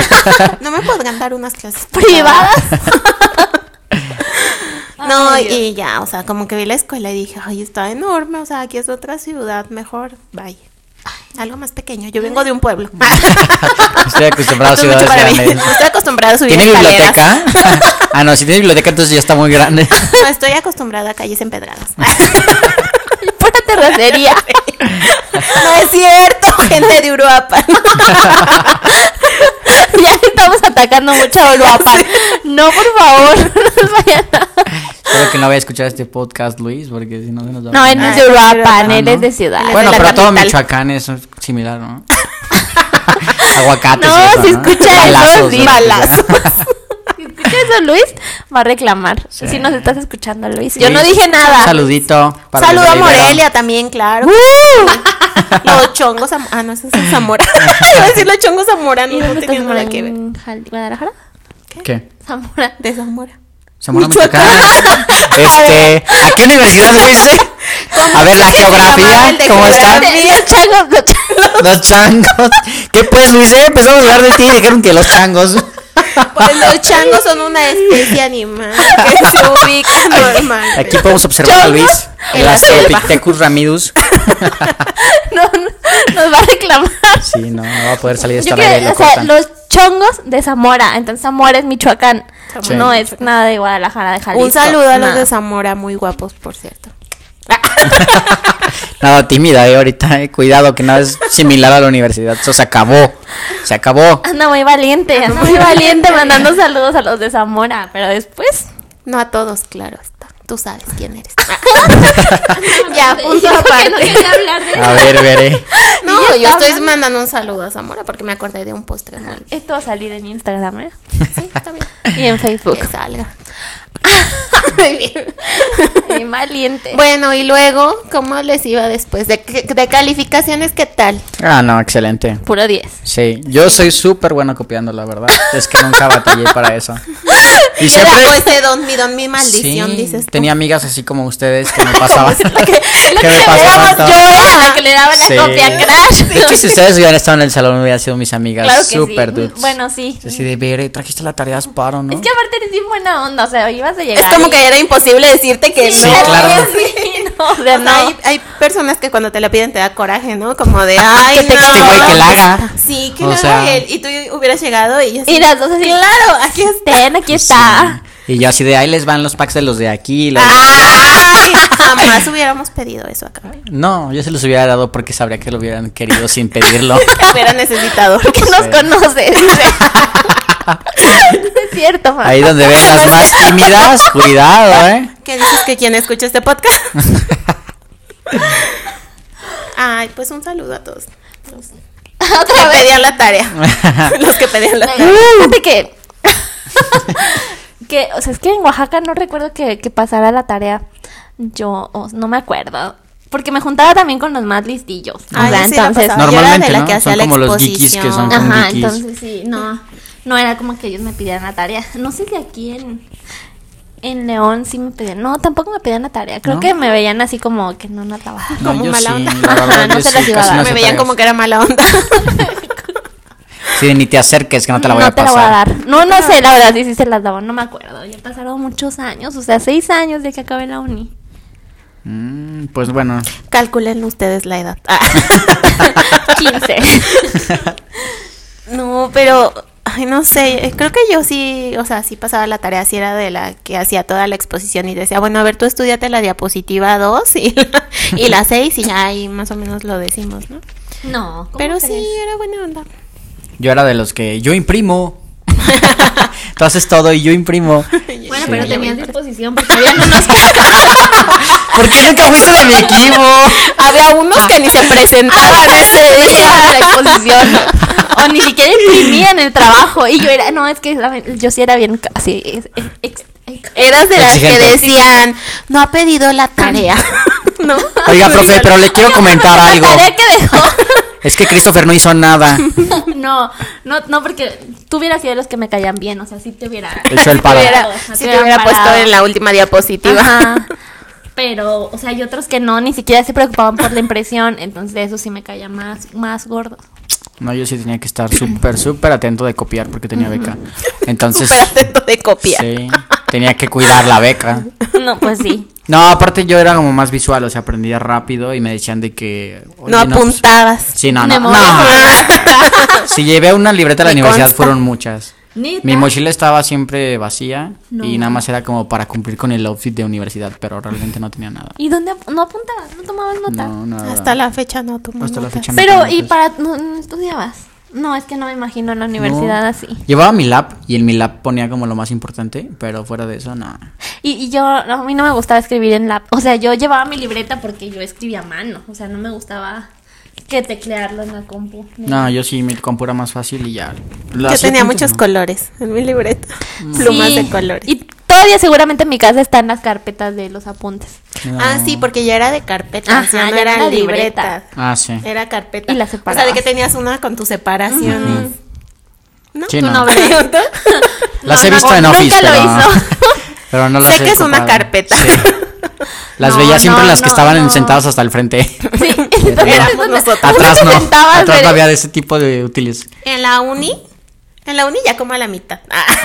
[SPEAKER 2] No me podrán dar unas clases
[SPEAKER 1] ¿Privadas?
[SPEAKER 3] Ah,
[SPEAKER 2] No,
[SPEAKER 1] Ay, Dios.
[SPEAKER 2] y ya, o sea, como que vi la escuela y dije, ay, está enorme, o sea, aquí es otra ciudad, mejor, vaya. Algo más pequeño, yo vengo de un pueblo.
[SPEAKER 3] Estoy acostumbrado a
[SPEAKER 2] No es mucho
[SPEAKER 3] ciudades
[SPEAKER 2] para mí.
[SPEAKER 3] grandes.
[SPEAKER 2] Estoy acostumbrada a subir
[SPEAKER 3] ¿Tiene
[SPEAKER 2] escaleras.
[SPEAKER 3] biblioteca? ah, no, si tiene biblioteca entonces ya está muy grande.
[SPEAKER 2] No, estoy acostumbrada a calles empedradas.
[SPEAKER 1] Pura terracería.
[SPEAKER 2] no es cierto, gente de
[SPEAKER 3] Ah,
[SPEAKER 2] Uruapan.
[SPEAKER 1] ya estamos atacando mucho a Uruapan. No, por favor, no nos vayan a-
[SPEAKER 3] Espero que no vaya a escuchar este podcast, Luis, porque si no se nos va a
[SPEAKER 1] No, él no
[SPEAKER 3] arruinar.
[SPEAKER 1] es de Uruapan,
[SPEAKER 3] Ah,
[SPEAKER 1] él
[SPEAKER 3] ¿no?
[SPEAKER 1] es de ciudad.
[SPEAKER 2] es
[SPEAKER 3] Bueno,
[SPEAKER 2] de la
[SPEAKER 3] pero todo
[SPEAKER 2] capital.
[SPEAKER 3] Michoacán es similar, ¿no? Aguacates.
[SPEAKER 1] No,
[SPEAKER 3] y eso,
[SPEAKER 1] si escucha eso,
[SPEAKER 3] Balazos,
[SPEAKER 1] sí.
[SPEAKER 3] ¿no?
[SPEAKER 1] Balazos. Si escucha eso, Luis, va a reclamar.
[SPEAKER 3] Sí.
[SPEAKER 1] Si nos estás escuchando, Luis. Yo
[SPEAKER 3] Sí.
[SPEAKER 1] no dije nada.
[SPEAKER 3] Saludito. para
[SPEAKER 2] Saludo
[SPEAKER 3] los
[SPEAKER 2] a
[SPEAKER 3] de Ibero.
[SPEAKER 2] Morelia también, claro.
[SPEAKER 3] Uh.
[SPEAKER 1] ¡Woo!
[SPEAKER 2] Los chongos zam- Ah, no, eso es en Zamora. Iba a decir los chongos zamoranos,
[SPEAKER 1] ¿Y
[SPEAKER 2] no
[SPEAKER 1] dónde estás,
[SPEAKER 2] tenía nada
[SPEAKER 1] Zamora?
[SPEAKER 2] que ver.
[SPEAKER 1] ¿En Jal- ¿Guadalajara?
[SPEAKER 3] ¿Qué?
[SPEAKER 1] Zamora.
[SPEAKER 2] De Zamora.
[SPEAKER 3] Zamora,
[SPEAKER 2] Michoacán.
[SPEAKER 3] Michoacán. Este, ¿a qué universidad fuiste? A ver, la
[SPEAKER 2] que se llamaba el
[SPEAKER 3] geografía,
[SPEAKER 2] de
[SPEAKER 3] ¿cómo está?
[SPEAKER 2] geografía?
[SPEAKER 1] Los changos, los changos.
[SPEAKER 3] Los changos. ¿Qué pues, Luis? eh? Empezamos a hablar de ti y dijeron que los changos.
[SPEAKER 2] Pues los changos son una especie animal que se ubica normal.
[SPEAKER 3] Aquí podemos observar a
[SPEAKER 1] Changos
[SPEAKER 3] Luis,
[SPEAKER 1] en la
[SPEAKER 3] el
[SPEAKER 1] selva.
[SPEAKER 3] Pictecus ramidus.
[SPEAKER 1] No, no, nos va a reclamar.
[SPEAKER 3] Sí, no, no va a poder salir de
[SPEAKER 1] Yo
[SPEAKER 3] esta
[SPEAKER 1] que,
[SPEAKER 3] regla y lo
[SPEAKER 1] o sea,
[SPEAKER 3] cortan.
[SPEAKER 1] los chongos de Zamora. Entonces, Zamora es Michoacán.
[SPEAKER 3] Sí.
[SPEAKER 1] No es nada de Guadalajara, de Jalisco.
[SPEAKER 2] Un saludo a los
[SPEAKER 1] nada.
[SPEAKER 2] de Zamora, muy guapos, por cierto.
[SPEAKER 3] Nada tímida, eh, ahorita, eh. Cuidado, que nada es similar a la universidad. Eso se acabó. Se acabó.
[SPEAKER 1] Anda muy valiente, anda muy valiente mandando saludos a los de Zamora, pero después.
[SPEAKER 2] No a todos, claro está. Tú sabes quién eres. ya, punto
[SPEAKER 1] Dijo que no
[SPEAKER 2] aparte.
[SPEAKER 1] quería hablar de
[SPEAKER 3] A ver, veré.
[SPEAKER 2] No,
[SPEAKER 1] Y ya está
[SPEAKER 2] yo estoy
[SPEAKER 1] hablando.
[SPEAKER 2] mandando un saludo a Zamora porque me acordé de un postre. ¿no?
[SPEAKER 1] Esto va a salir en Instagram, ¿eh?
[SPEAKER 2] Sí, está bien.
[SPEAKER 1] Y en Facebook.
[SPEAKER 2] Que salga. Muy bien.
[SPEAKER 1] Muy valiente.
[SPEAKER 2] Bueno, y luego, ¿cómo les iba después? ¿De, qué- de calificaciones qué tal?
[SPEAKER 3] Ah, no, excelente.
[SPEAKER 1] Puro 10.
[SPEAKER 3] Sí, yo soy súper bueno copiando, la verdad. Es que nunca batallé para eso. Y
[SPEAKER 2] Era
[SPEAKER 3] siempre...
[SPEAKER 2] ese don, mi don, mi maldición,
[SPEAKER 3] Sí,
[SPEAKER 2] dices tú.
[SPEAKER 3] tenía amigas así como ustedes que me pasaban.
[SPEAKER 1] Lo
[SPEAKER 3] que
[SPEAKER 1] que
[SPEAKER 3] me
[SPEAKER 1] le
[SPEAKER 3] pasaba
[SPEAKER 1] daba
[SPEAKER 3] todo.
[SPEAKER 1] yo era la que le daban
[SPEAKER 3] Sí.
[SPEAKER 1] en copia Crash.
[SPEAKER 3] De hecho, si ustedes hubieran estado en el salón, hubieran sido mis amigas.
[SPEAKER 1] Claro que sí. Mm,
[SPEAKER 3] super dudes.
[SPEAKER 1] Bueno, sí.
[SPEAKER 3] Así de ver, trajiste la tarea, paro, ¿no?
[SPEAKER 1] Es que aparte eres bien buena onda, o sea, ibas a llegar.
[SPEAKER 2] Es como
[SPEAKER 1] y-
[SPEAKER 2] que era imposible decirte que
[SPEAKER 1] Sí,
[SPEAKER 2] no.
[SPEAKER 3] claro.
[SPEAKER 1] sí, no, o sea,
[SPEAKER 2] O sea,
[SPEAKER 1] no.
[SPEAKER 2] hay, hay personas que cuando te la piden te da coraje, ¿no? Como de,
[SPEAKER 3] Ah,
[SPEAKER 2] ay,
[SPEAKER 1] Que te-
[SPEAKER 2] no,
[SPEAKER 1] que
[SPEAKER 3] güey, que la haga.
[SPEAKER 2] Sí, que
[SPEAKER 3] O
[SPEAKER 2] la haga
[SPEAKER 3] sea-
[SPEAKER 2] él. Y tú hubieras llegado y yo así,
[SPEAKER 1] Y las dos así.
[SPEAKER 2] claro, aquí está.
[SPEAKER 1] Ten, aquí está.
[SPEAKER 3] Y yo así de ahí les van los packs de los de aquí. los de-
[SPEAKER 1] Ah.
[SPEAKER 2] Ay, jamás hubiéramos pedido eso acá.
[SPEAKER 3] No, yo se los hubiera dado porque sabría que lo hubieran querido sin pedirlo.
[SPEAKER 2] Te hubiera necesitado.
[SPEAKER 1] Porque nos
[SPEAKER 3] Sí.
[SPEAKER 1] conoces. No es cierto, mamá.
[SPEAKER 3] Ahí donde ven las más tímidas, cuidado, ¿eh?
[SPEAKER 2] ¿Qué dices que quien escucha este podcast? Ay, pues un saludo a todos. Los que pedían la tarea. Los que pedían la tarea.
[SPEAKER 1] Fíjate que. que, o sea, es que en Oaxaca no recuerdo que, que pasara la tarea. Yo o- no me acuerdo. porque me juntaba también con los más listillos.
[SPEAKER 2] Ah,
[SPEAKER 1] o sea,
[SPEAKER 2] yo sí la
[SPEAKER 1] entonces.
[SPEAKER 2] pasaba. yo era
[SPEAKER 3] Normalmente,
[SPEAKER 2] de la
[SPEAKER 3] ¿no?
[SPEAKER 2] que hacía
[SPEAKER 3] Son
[SPEAKER 2] la
[SPEAKER 3] como los geekies que son
[SPEAKER 2] exposición.
[SPEAKER 3] como
[SPEAKER 1] Ajá,
[SPEAKER 3] geekies.
[SPEAKER 1] entonces sí, no. No era como que ellos me pidieran la tarea. No sé si aquí en, en León sí me pedían. No, tampoco me pedían la tarea. Creo
[SPEAKER 3] ¿No?
[SPEAKER 1] que me veían así como que no, no trabajas.
[SPEAKER 3] No,
[SPEAKER 2] Como
[SPEAKER 3] yo
[SPEAKER 2] mala
[SPEAKER 3] sí,
[SPEAKER 2] onda.
[SPEAKER 3] la verdad,
[SPEAKER 1] No
[SPEAKER 3] yo
[SPEAKER 1] se
[SPEAKER 3] sí,
[SPEAKER 1] las iba a
[SPEAKER 3] casi
[SPEAKER 1] dar.
[SPEAKER 3] no
[SPEAKER 2] Me
[SPEAKER 3] hacía
[SPEAKER 2] veían
[SPEAKER 3] tareas.
[SPEAKER 2] como que era mala onda.
[SPEAKER 3] Sí, de ni te acerques, que no te la voy a
[SPEAKER 1] te la
[SPEAKER 3] pasar.
[SPEAKER 1] voy a dar. No, no sé, la verdad, sí, sí se las daban, no me acuerdo. Ya pasaron muchos años, o sea, seis años de que acabé la uni.
[SPEAKER 3] Mm, pues bueno.
[SPEAKER 2] Calculen ustedes la edad.
[SPEAKER 1] 15.
[SPEAKER 2] No, pero, ay, no sé, eh, creo que yo sí, o sea, sí pasaba la tarea, sí era de la que hacía toda la exposición y decía, bueno, a ver, tú estudiate la diapositiva 2 y la, y la 6 y ya ahí más o menos lo decimos, ¿no?
[SPEAKER 1] No, ¿cómo
[SPEAKER 2] Pero sí,
[SPEAKER 1] crees?
[SPEAKER 2] era buena onda.
[SPEAKER 3] Yo era de los que yo imprimo. Tú haces todo y yo imprimo.
[SPEAKER 1] Bueno, pero
[SPEAKER 3] Sí.
[SPEAKER 2] tenía-
[SPEAKER 1] tenías disposición porque había unos
[SPEAKER 3] ¿Por qué nunca fuiste de mi equipo?
[SPEAKER 2] Había unos que ni se presentaban ese día
[SPEAKER 1] la exposición. O ni siquiera imprimían el trabajo. Y yo era, no, es que la- yo sí era bien así. es- es- ex- ex-
[SPEAKER 2] Eras de las que
[SPEAKER 3] Exigente.
[SPEAKER 2] decían, no ha pedido la tarea. ¿No?
[SPEAKER 3] Oiga, profe, pero le quiero comentar
[SPEAKER 1] La
[SPEAKER 3] algo.
[SPEAKER 1] tarea que dejó.
[SPEAKER 3] Es que Christopher no hizo nada.
[SPEAKER 1] No, no, no, porque tú hubieras sido de los que me caían bien. O sea, sí te hubiera.
[SPEAKER 3] Hecho el
[SPEAKER 1] sí
[SPEAKER 3] paro.
[SPEAKER 1] te
[SPEAKER 2] Era-
[SPEAKER 1] hubiera-
[SPEAKER 2] si te hubiera puesto en la última diapositiva.
[SPEAKER 1] Ajá. Pero, o sea, hay otros que no, ni siquiera se preocupaban por la impresión. Entonces, de eso sí me caía más, más gordo.
[SPEAKER 3] No, yo sí tenía que estar súper, súper atento de copiar porque tenía beca. Entonces.
[SPEAKER 2] Súper atento de copiar.
[SPEAKER 3] Sí, tenía que cuidar la beca.
[SPEAKER 1] No, pues sí.
[SPEAKER 3] No, aparte yo era como más visual, o sea, aprendía rápido y me decían de que... oye,
[SPEAKER 2] No
[SPEAKER 3] pues- Ah.
[SPEAKER 2] apuntabas.
[SPEAKER 3] sí, no, no,
[SPEAKER 1] Memoria.
[SPEAKER 3] no. Si llevé una libreta a la
[SPEAKER 2] Me
[SPEAKER 3] universidad
[SPEAKER 2] consta.
[SPEAKER 3] fueron muchas.
[SPEAKER 1] ¿Neta?
[SPEAKER 3] Mi mochila estaba siempre vacía y
[SPEAKER 1] No.
[SPEAKER 3] nada más era como para cumplir con el outfit de universidad, pero realmente no tenía nada.
[SPEAKER 1] ¿Y dónde ap- no apuntabas? ¿No tomabas nota?
[SPEAKER 3] No, nada.
[SPEAKER 2] Hasta la fecha no tomó
[SPEAKER 3] Hasta la
[SPEAKER 2] nota.
[SPEAKER 3] fecha.
[SPEAKER 1] Pero,
[SPEAKER 3] mecánicos.
[SPEAKER 1] ¿y para no, no estudiabas? No, es que no me imagino en la
[SPEAKER 3] No.
[SPEAKER 1] universidad así.
[SPEAKER 3] Llevaba mi lab y en mi lab ponía como lo más importante, pero fuera de eso, no.
[SPEAKER 1] Y, y yo, a mí no me gustaba escribir en la... O sea, yo llevaba mi libreta porque yo escribía a mano. O sea, no me gustaba que teclearlo en la compu.
[SPEAKER 3] No, yo sí, mi compu era más fácil y ya. Lo
[SPEAKER 2] Yo
[SPEAKER 3] hacía
[SPEAKER 2] tenía
[SPEAKER 3] punto,
[SPEAKER 2] muchos
[SPEAKER 3] no.
[SPEAKER 2] colores en mi libreta.
[SPEAKER 3] Mm.
[SPEAKER 2] Plumas
[SPEAKER 1] Sí,
[SPEAKER 2] de colores.
[SPEAKER 1] Y todavía seguramente en mi casa están las carpetas de los apuntes.
[SPEAKER 3] No.
[SPEAKER 2] Ah, sí, porque ya era de carpeta.
[SPEAKER 1] Ajá,
[SPEAKER 2] ya no
[SPEAKER 1] ya
[SPEAKER 2] era
[SPEAKER 1] era
[SPEAKER 2] libreta.
[SPEAKER 1] libreta.
[SPEAKER 3] Ah, sí.
[SPEAKER 2] Era carpeta.
[SPEAKER 1] Y la
[SPEAKER 2] O sea, de
[SPEAKER 1] separabas.
[SPEAKER 2] que tenías una con tus separaciones. mm, ¿No?
[SPEAKER 3] Sí,
[SPEAKER 1] Tú
[SPEAKER 3] no.
[SPEAKER 1] no, ¿verdad?
[SPEAKER 3] Las
[SPEAKER 1] No,
[SPEAKER 3] he
[SPEAKER 1] no,
[SPEAKER 3] visto en
[SPEAKER 1] nunca
[SPEAKER 3] Office,
[SPEAKER 1] lo
[SPEAKER 3] pero,
[SPEAKER 1] hizo.
[SPEAKER 3] pero no las
[SPEAKER 2] sé
[SPEAKER 3] he
[SPEAKER 2] que es una
[SPEAKER 3] topado.
[SPEAKER 2] carpeta.
[SPEAKER 3] Sí. Las
[SPEAKER 1] No,
[SPEAKER 3] veía siempre
[SPEAKER 1] no,
[SPEAKER 3] las que
[SPEAKER 1] no,
[SPEAKER 3] estaban
[SPEAKER 1] no.
[SPEAKER 3] sentadas hasta el frente.
[SPEAKER 1] Sí, entonces
[SPEAKER 2] Éramos
[SPEAKER 1] donde-
[SPEAKER 2] nosotros.
[SPEAKER 1] donde
[SPEAKER 3] Atrás
[SPEAKER 1] te
[SPEAKER 3] no,
[SPEAKER 1] sentabas,
[SPEAKER 3] atrás
[SPEAKER 1] ¿verdad?
[SPEAKER 3] no había de ese tipo de útiles.
[SPEAKER 2] En la uni, en la uni ya como a la mitad. Ah.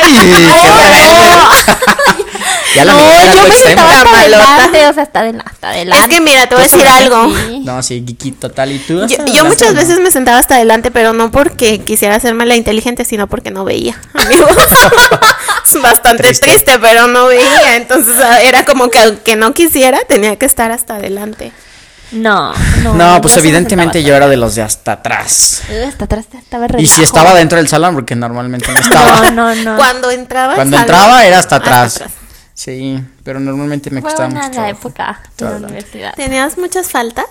[SPEAKER 3] ¡Ay! qué horror. ya la
[SPEAKER 1] no,
[SPEAKER 3] mitad era
[SPEAKER 1] yo
[SPEAKER 3] lo
[SPEAKER 1] me
[SPEAKER 3] extremo.
[SPEAKER 1] sentaba hasta
[SPEAKER 2] La malota.
[SPEAKER 1] adelante, o sea, hasta adelante, hasta adelante.
[SPEAKER 2] Es que mira, te voy a
[SPEAKER 3] Tú
[SPEAKER 2] decir
[SPEAKER 3] también.
[SPEAKER 2] algo.
[SPEAKER 1] Sí.
[SPEAKER 3] No, sí, geeky total. ¿Y tú?
[SPEAKER 2] Yo,
[SPEAKER 3] hasta
[SPEAKER 2] yo
[SPEAKER 3] adelante,
[SPEAKER 2] muchas
[SPEAKER 3] no?
[SPEAKER 2] veces me sentaba hasta adelante, pero no porque quisiera hacerme la inteligente, sino porque no veía, amigos. es bastante
[SPEAKER 3] Triste.
[SPEAKER 2] triste. pero no veía. Entonces ah, era como que aunque no quisiera, tenía que estar hasta adelante.
[SPEAKER 1] No, no.
[SPEAKER 3] No, pues
[SPEAKER 1] sí me
[SPEAKER 3] evidentemente yo
[SPEAKER 1] sentaba
[SPEAKER 3] era de los de hasta atrás.
[SPEAKER 1] atrás. Hasta atrás estaba
[SPEAKER 3] Y si
[SPEAKER 1] relajo.
[SPEAKER 3] estaba dentro del salón, porque normalmente no estaba.
[SPEAKER 1] No, no, no.
[SPEAKER 2] Cuando entraba. al
[SPEAKER 3] Cuando
[SPEAKER 2] salón,
[SPEAKER 3] entraba era hasta atrás. Sí, pero normalmente me
[SPEAKER 1] Fue
[SPEAKER 3] costaba
[SPEAKER 1] buena
[SPEAKER 3] mucho.
[SPEAKER 1] la
[SPEAKER 3] trabajo.
[SPEAKER 1] época de la
[SPEAKER 3] Trabajo.
[SPEAKER 1] universidad.
[SPEAKER 2] ¿Tenías muchas faltas?